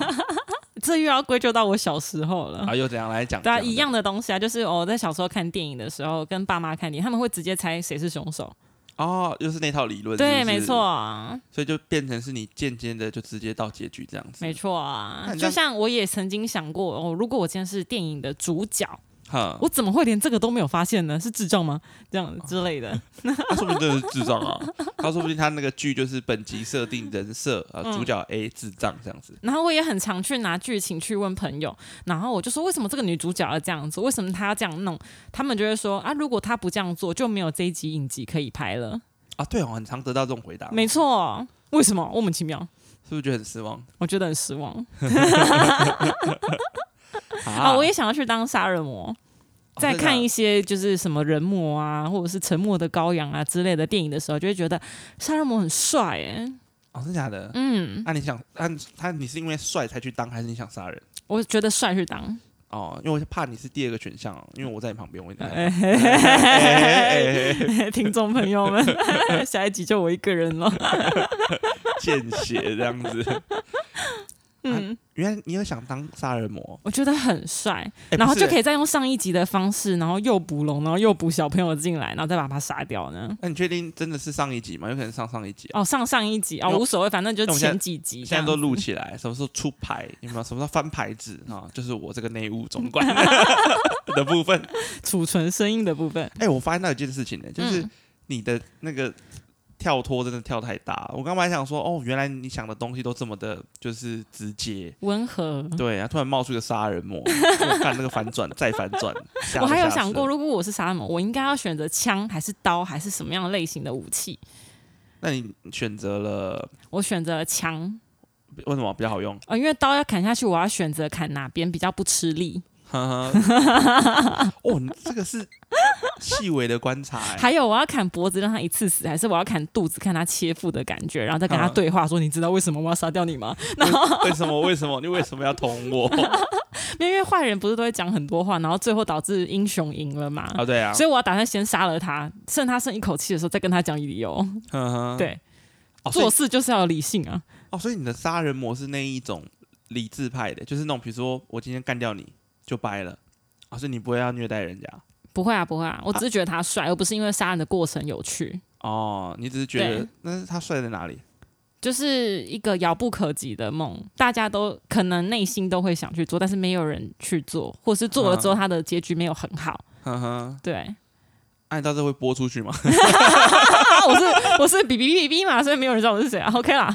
Speaker 2: 这又要归咎到我小时候了。
Speaker 1: 啊，又怎样来讲？
Speaker 2: 对啊，
Speaker 1: 讲
Speaker 2: 一样的东西啊，就是我在小时候看电影的时候，跟爸妈看电影，他们会直接猜谁是凶手。
Speaker 1: 哦，又是那套理论，
Speaker 2: 对，
Speaker 1: 是不是
Speaker 2: 没错，啊，
Speaker 1: 所以就变成是你渐渐的就直接到结局这样子，
Speaker 2: 没，错啊
Speaker 1: 那。你这
Speaker 2: 就
Speaker 1: 样
Speaker 2: 像我也曾经想过，哦，如果我今天是电影的主角，
Speaker 1: 哈，
Speaker 2: 我怎么会连这个都没有发现呢？是智障吗？这样之类的。
Speaker 1: 他说不定真的是智障啊，他说不定他那个剧就是本集设定人设啊，
Speaker 2: 嗯
Speaker 1: 主角 A 智障这样子，
Speaker 2: 然后我也很常去拿剧情去问朋友，然后我就说为什么这个女主角要这样子，为什么她要这样弄？他们就会说啊，如果她不这样做，就没有这一集影集可以拍了。
Speaker 1: 啊，对哦，很常得到这种回答，
Speaker 2: 没错，为什么莫名其妙？
Speaker 1: 是不是觉得很失望
Speaker 2: 我觉得很失望
Speaker 1: 啊
Speaker 2: 啊！我也想要去当杀人魔。
Speaker 1: 哦
Speaker 2: 在
Speaker 1: 啊
Speaker 2: 看一些就是什么人魔啊，或者是沉默的羔羊啊之类的电影的时候，就会觉得杀人魔很帅哎、
Speaker 1: 哦，真的假的？啊
Speaker 2: 嗯，
Speaker 1: 那、你想，那、他你是因为帅才去当，还是你想杀人？
Speaker 2: 我觉得帅去当，
Speaker 1: 哦，因为我怕你是第二个选项，哦因为我在你旁边，我一定害怕
Speaker 2: 哎嘿嘿嘿嘿嘿听众朋友们， 下一集就我一个人了。
Speaker 1: 见血这样 子。啊
Speaker 2: 嗯，
Speaker 1: 原来你有想当杀人魔，
Speaker 2: 我觉得很帅，
Speaker 1: 哎
Speaker 2: 然后就可。
Speaker 1: 不是
Speaker 2: 以再用上一集的方式，然后诱捕龙，然后诱捕小朋友进来，然后再把他杀掉呢。
Speaker 1: 哎那、你确定真的是上一集吗？有可能上上一集、啊。
Speaker 2: 哦，上上一集哦，
Speaker 1: 那我
Speaker 2: 无所谓，反正就
Speaker 1: 那
Speaker 2: 是
Speaker 1: 我现在
Speaker 2: 前几集这
Speaker 1: 现在
Speaker 2: 样
Speaker 1: 都录起来，什么时候出牌？有没有什么时候翻牌子啊？就是我这个内务总 管的部分。
Speaker 2: 储存声音的部分。
Speaker 1: 哎、我发现到一件事情呢、就是
Speaker 2: 嗯
Speaker 1: 你的那个跳脱真的跳太大了。我刚本来想说，哦，原来你想的东西都这么的，就是直接。
Speaker 2: 温和，
Speaker 1: 对啊，突然冒出一个杀人魔，我看那个反转再反转，吓
Speaker 2: 我还有
Speaker 1: 吓死
Speaker 2: 想过，
Speaker 1: 了
Speaker 2: 如果我是杀人魔，我应该要选择枪还是刀还是什么样类型的武器？
Speaker 1: 那你选择了
Speaker 2: 我选择强
Speaker 1: 为什么比较好用？
Speaker 2: 啊、因为刀要砍下去，我要选择砍哪边比较不吃力。
Speaker 1: 呵呵哦，你这个是细微的观察、欸。
Speaker 2: 还有我要砍脖子让他一次死，还是我要砍肚子看他切腹的感觉，然后再跟他
Speaker 1: 嗯
Speaker 2: 对话说：“你知道为什么我要杀掉你吗？”
Speaker 1: 欸为什么？为什么？你为什么要捅我？
Speaker 2: 没有因为坏人不是都会讲很多话，然后最后导致英雄赢了嘛。
Speaker 1: 啊，对啊，
Speaker 2: 所以我要打算先杀了他，剩他剩一口气的时候再跟他讲理由。
Speaker 1: 呵呵
Speaker 2: 对，
Speaker 1: 嗯哦，所以
Speaker 2: 做事就是要有理性啊。
Speaker 1: 哦，所以你的杀人魔是那一种理智派的，就是那种比如说我今天干掉你就掰了，啊，所以你不会要虐待人家
Speaker 2: 不会啊，不会啊，我只是觉得他帅，而不是因为杀人的过程有趣，
Speaker 1: 哦，你只是觉得
Speaker 2: 对
Speaker 1: 那是他帅在哪里？
Speaker 2: 就是一个遥不可及的梦，大家都可能内心都会想去做，但是没有人去做，或是做了
Speaker 1: 嗯
Speaker 2: 之后他的结局没有很好。
Speaker 1: 呵呵，啊
Speaker 2: 对，
Speaker 1: 按照这会播出去吗？
Speaker 2: 啊，我是我是比比比比嘛，所以没有人知道我是谁啊。OK 啦，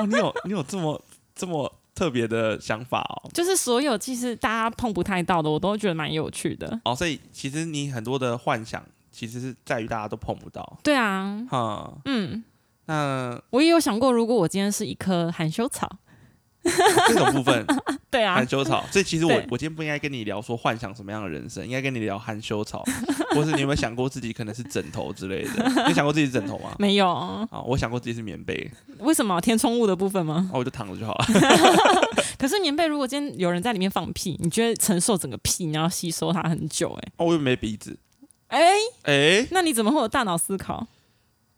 Speaker 1: 哦，你有你有这么这么特别的想法哦。
Speaker 2: 就是所有其实大家碰不太到的，我都觉得蛮有趣的。
Speaker 1: 哦，所以其实你很多的幻想其实是在于大家都碰不到。
Speaker 2: 对啊，
Speaker 1: 哈，
Speaker 2: 嗯，
Speaker 1: 那
Speaker 2: 我也有想过，如果我今天是一棵含羞草，
Speaker 1: 这种部分
Speaker 2: 对啊
Speaker 1: 含，羞 草，所以其实我
Speaker 2: 对
Speaker 1: 我今天不应该跟你聊说幻想什么样的人生，应该跟你聊含羞草， 或是你有没有想过自己可能是枕头之类 的？你想过自己是枕头吗？
Speaker 2: 没有，
Speaker 1: 啊，我想过自己是棉被，
Speaker 2: 为什么填充物的部分吗？
Speaker 1: 那我就躺着就好了。
Speaker 2: 可是棉被如果今天有人在里面放屁，你觉得承受整个屁，你要吸收它很久、欸，
Speaker 1: 哦，我又没鼻子，
Speaker 2: 哎、
Speaker 1: 哎、
Speaker 2: 那你怎么会有大脑思考？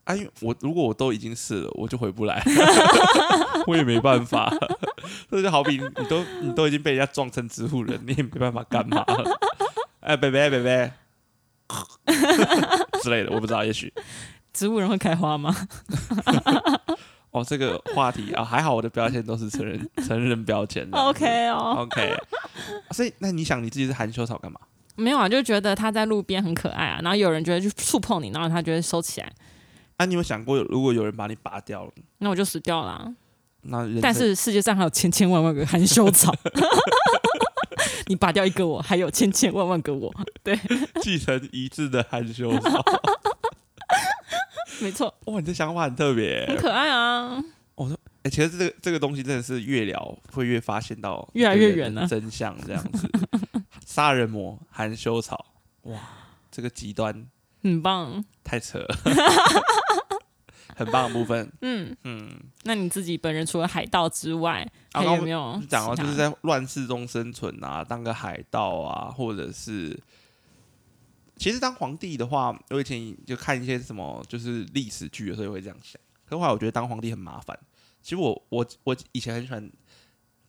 Speaker 1: 哎、因为我如果我都已经试了，我就回不来， 我也没办法。 这就好比你你都你都已经被人家撞成植物人，你也没办法干嘛了。哎、贝贝贝贝 之类的，我不知道，也许
Speaker 2: 植物人会开花 吗？
Speaker 1: 哦，这个话题啊，还好我的标签都是成人成人标签这样子。
Speaker 2: OK 哦，
Speaker 1: OK，所以那你想你自己是含羞草干嘛？
Speaker 2: 没有啊，就觉得它在路边很可爱啊，然后有人觉得去触碰你，然后它就会收起来，
Speaker 1: 啊，你有想过如果有人把你拔掉了，
Speaker 2: 那我就死掉了啊、
Speaker 1: 那人
Speaker 2: 但
Speaker 1: 生
Speaker 2: 是世界上还有千千万万个含羞 草，你拔掉一个我，还有千千万万个我，
Speaker 1: 继承一致的含羞草？
Speaker 2: 没错，
Speaker 1: 哇，你这想法很特别、
Speaker 2: 很可爱啊。
Speaker 1: 哎、其实这个这个东西真的是越聊会越发现到
Speaker 2: 越来越
Speaker 1: 一个人的
Speaker 2: 远啊
Speaker 1: 真相，这样子。杀人魔含羞草，哇，这个极端
Speaker 2: 很棒，
Speaker 1: 太扯了， 很棒的部分。
Speaker 2: 嗯，
Speaker 1: 嗯，
Speaker 2: 那你自己本人除了海盗之外，
Speaker 1: 啊
Speaker 2: 还
Speaker 1: 刚
Speaker 2: 有
Speaker 1: 刚
Speaker 2: 没有嗯其
Speaker 1: 讲到就是
Speaker 2: 他
Speaker 1: 在乱世中生存啊，当个海盗啊，或者是。其实当皇帝的话，我以前就看一些什么就是历史剧的时候也会这样想。可是后来我觉得当皇帝很麻烦。其实我我我以前很喜欢，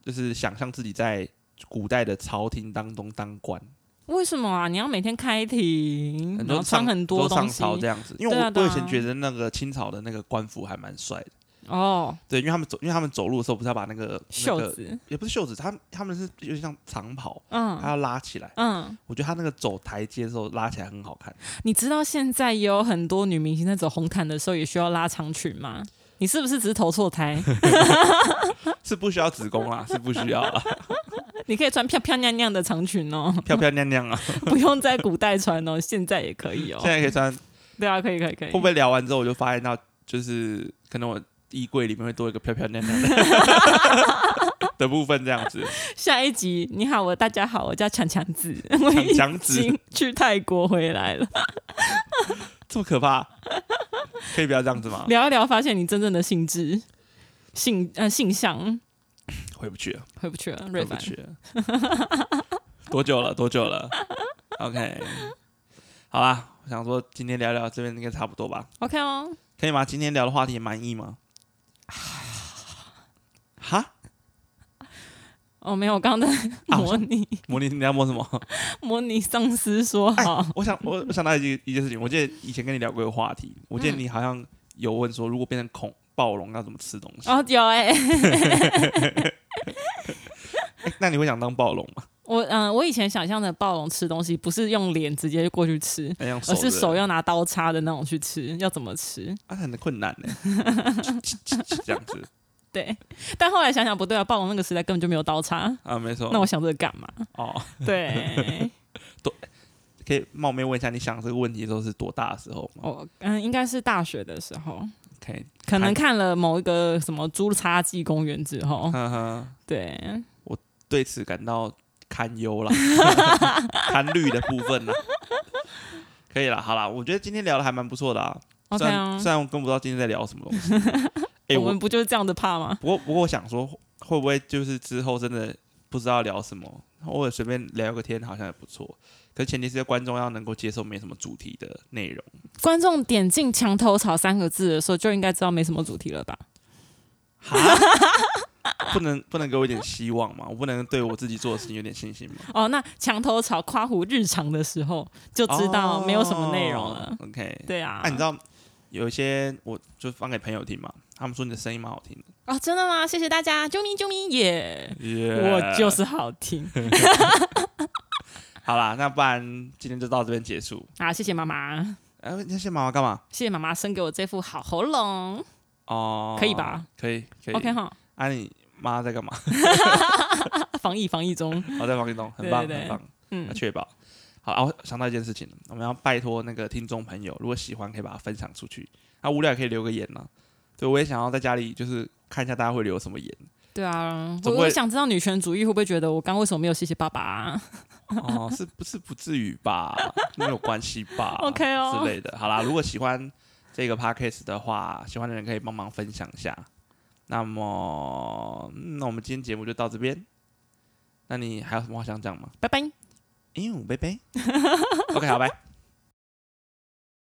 Speaker 1: 就是想象自己在古代的朝廷当中当官，
Speaker 2: 为什么啊？你要每天开庭，
Speaker 1: 很
Speaker 2: 嗯
Speaker 1: 多
Speaker 2: 然后穿
Speaker 1: 上
Speaker 2: 很多
Speaker 1: 上
Speaker 2: 东西
Speaker 1: 朝这样子。因为我、
Speaker 2: 对啊对
Speaker 1: 我
Speaker 2: 啊
Speaker 1: 以前觉得那个清朝的那个官服还蛮帅的，
Speaker 2: 哦，
Speaker 1: 对，因为他们走，因为他们走路的时候不是要把那个
Speaker 2: 袖
Speaker 1: 那个
Speaker 2: 子，
Speaker 1: 也不是袖子，他们他们是有点像长袍，他
Speaker 2: 嗯
Speaker 1: 要拉起来。
Speaker 2: 嗯，
Speaker 1: 我觉得他那个走台阶的时候拉起来很好看。
Speaker 2: 你知道现在也有很多女明星在走红毯的时候也需要拉长裙吗？你是不是只是投 错胎？
Speaker 1: 是不需要子宫啦，是不需要啦，
Speaker 2: 你可以穿漂漂亮亮的长裙哦，
Speaker 1: 漂漂亮亮啊。
Speaker 2: 不用在古代穿哦，现在也可以哦
Speaker 1: 现。在可以穿，
Speaker 2: 对啊，可以可以可以。
Speaker 1: 会不会聊完之后我就发现到，就是可能我衣柜里面会多一个漂漂亮亮的的 部分这样子，
Speaker 2: 下一集？你好，我大家好，我叫强强子，我已
Speaker 1: 强子
Speaker 2: 经去泰国回来了。
Speaker 1: 这么可怕，可以不要这样子吗？
Speaker 2: 聊一聊，发现你真正的性质、性呃性向
Speaker 1: 回不去了，
Speaker 2: 回不去了，
Speaker 1: 回
Speaker 2: 瑞
Speaker 1: 不
Speaker 2: 凡。
Speaker 1: 去了，多久了？多久了？OK，好啦，我想说今天聊聊这边应该差不多吧，
Speaker 2: OK 哦，
Speaker 1: 可以吗？今天聊的话题满意 吗？哈？
Speaker 2: 哦没有，我 刚刚在
Speaker 1: 啊
Speaker 2: 模拟、
Speaker 1: 模拟你要摸什么？
Speaker 2: 模拟上司说好，
Speaker 1: 我想我我想到一件一件事情，我记得以前跟你聊过一个话题，我记得你好像有问说，如果变成恐暴龙要怎么吃东西？
Speaker 2: 哦有哎、
Speaker 1: 欸那你会想当暴龙吗？
Speaker 2: 我嗯、我以前想象的暴龙吃东西不是用脸直接过去吃，
Speaker 1: 那样手
Speaker 2: 而是
Speaker 1: 的
Speaker 2: 手要拿刀叉的那种去吃，要怎么吃？
Speaker 1: 啊，很困难 呢、这样子
Speaker 2: 对，但后来想想不对啊，暴龙那个时代
Speaker 1: 哦
Speaker 2: 根本就没有刀叉，
Speaker 1: 啊，没错。
Speaker 2: 那我想这个干嘛？
Speaker 1: 哦，
Speaker 2: 对，
Speaker 1: 可以冒昧问一下，你想这个问题的时候是多大的时候吗
Speaker 2: 我嗯，应该是大学的时候，
Speaker 1: ？OK，
Speaker 2: 可能看了某一个什么《侏叉纪公园》之后，
Speaker 1: 呵呵，
Speaker 2: 对，
Speaker 1: 对此感到堪 忧啦， 堪虑的部分啦。可以了，好啦，我觉得今天聊的还蛮不错的啊。
Speaker 2: OK
Speaker 1: 虽
Speaker 2: 啊
Speaker 1: 然，虽然我跟不知道今天在聊什么东 西，哎、
Speaker 2: 我
Speaker 1: 我
Speaker 2: 们不就是这样子怕吗？
Speaker 1: 不过不过我想说，会不会就是之后真的不知道聊什么，偶尔随便聊个天好像也不错。可是前提是观众要能够接受没什么主题的内容。
Speaker 2: 观众点进“墙头草”三个字的时候，就应该知道没什么主题了吧？
Speaker 1: 哈， 不能不能给我一点希望吗？我不能对我自己做的事情有点信心吗？
Speaker 2: 哦，那“墙头草”夸胡日常的时候，就知道没有什么内容了。
Speaker 1: 哦 OK，
Speaker 2: 对啊，
Speaker 1: 啊，你知道有一些我就放给朋友听嘛，他们说你的声音蛮好听的，
Speaker 2: 哦，真的吗？谢谢大家，救命救命耶我就。是好听
Speaker 1: 好啦，那不然今天就到这边结束。
Speaker 2: 啊！谢谢妈妈，
Speaker 1: 哎、你要先忙完干嘛？
Speaker 2: 谢谢妈妈生给我这副好喉咙。
Speaker 1: 哦、
Speaker 2: 可以吧？
Speaker 1: 可以，可以。
Speaker 2: OK 哈，啊
Speaker 1: 啊，你妈在干嘛？
Speaker 2: 防疫防疫中，
Speaker 1: 我在房间弄，很棒，
Speaker 2: 对对对
Speaker 1: 很棒，
Speaker 2: 嗯
Speaker 1: 要，确保。好啊，我想到一件事情，我们要拜托那个听众朋友，如果喜欢可以把它分享出去，啊，无聊也可以留个言呢、对，我也想要在家里就是看一下大家会留什么言
Speaker 2: 对啊，我
Speaker 1: 总
Speaker 2: 我
Speaker 1: 会
Speaker 2: 想知道女权主义会不会觉得我刚为什么没有谢谢爸爸啊、
Speaker 1: 哦，是不是不至于吧？没有关系吧
Speaker 2: OK 哦
Speaker 1: 之类的。好啦，如果喜欢这个 podcast 的话，喜欢的人可以帮忙分享一下。那么，嗯那我们今天节目就到这边。那你还有什么话想讲吗？
Speaker 2: 拜拜。
Speaker 1: 哎呦，拜拜。OK，好，拜。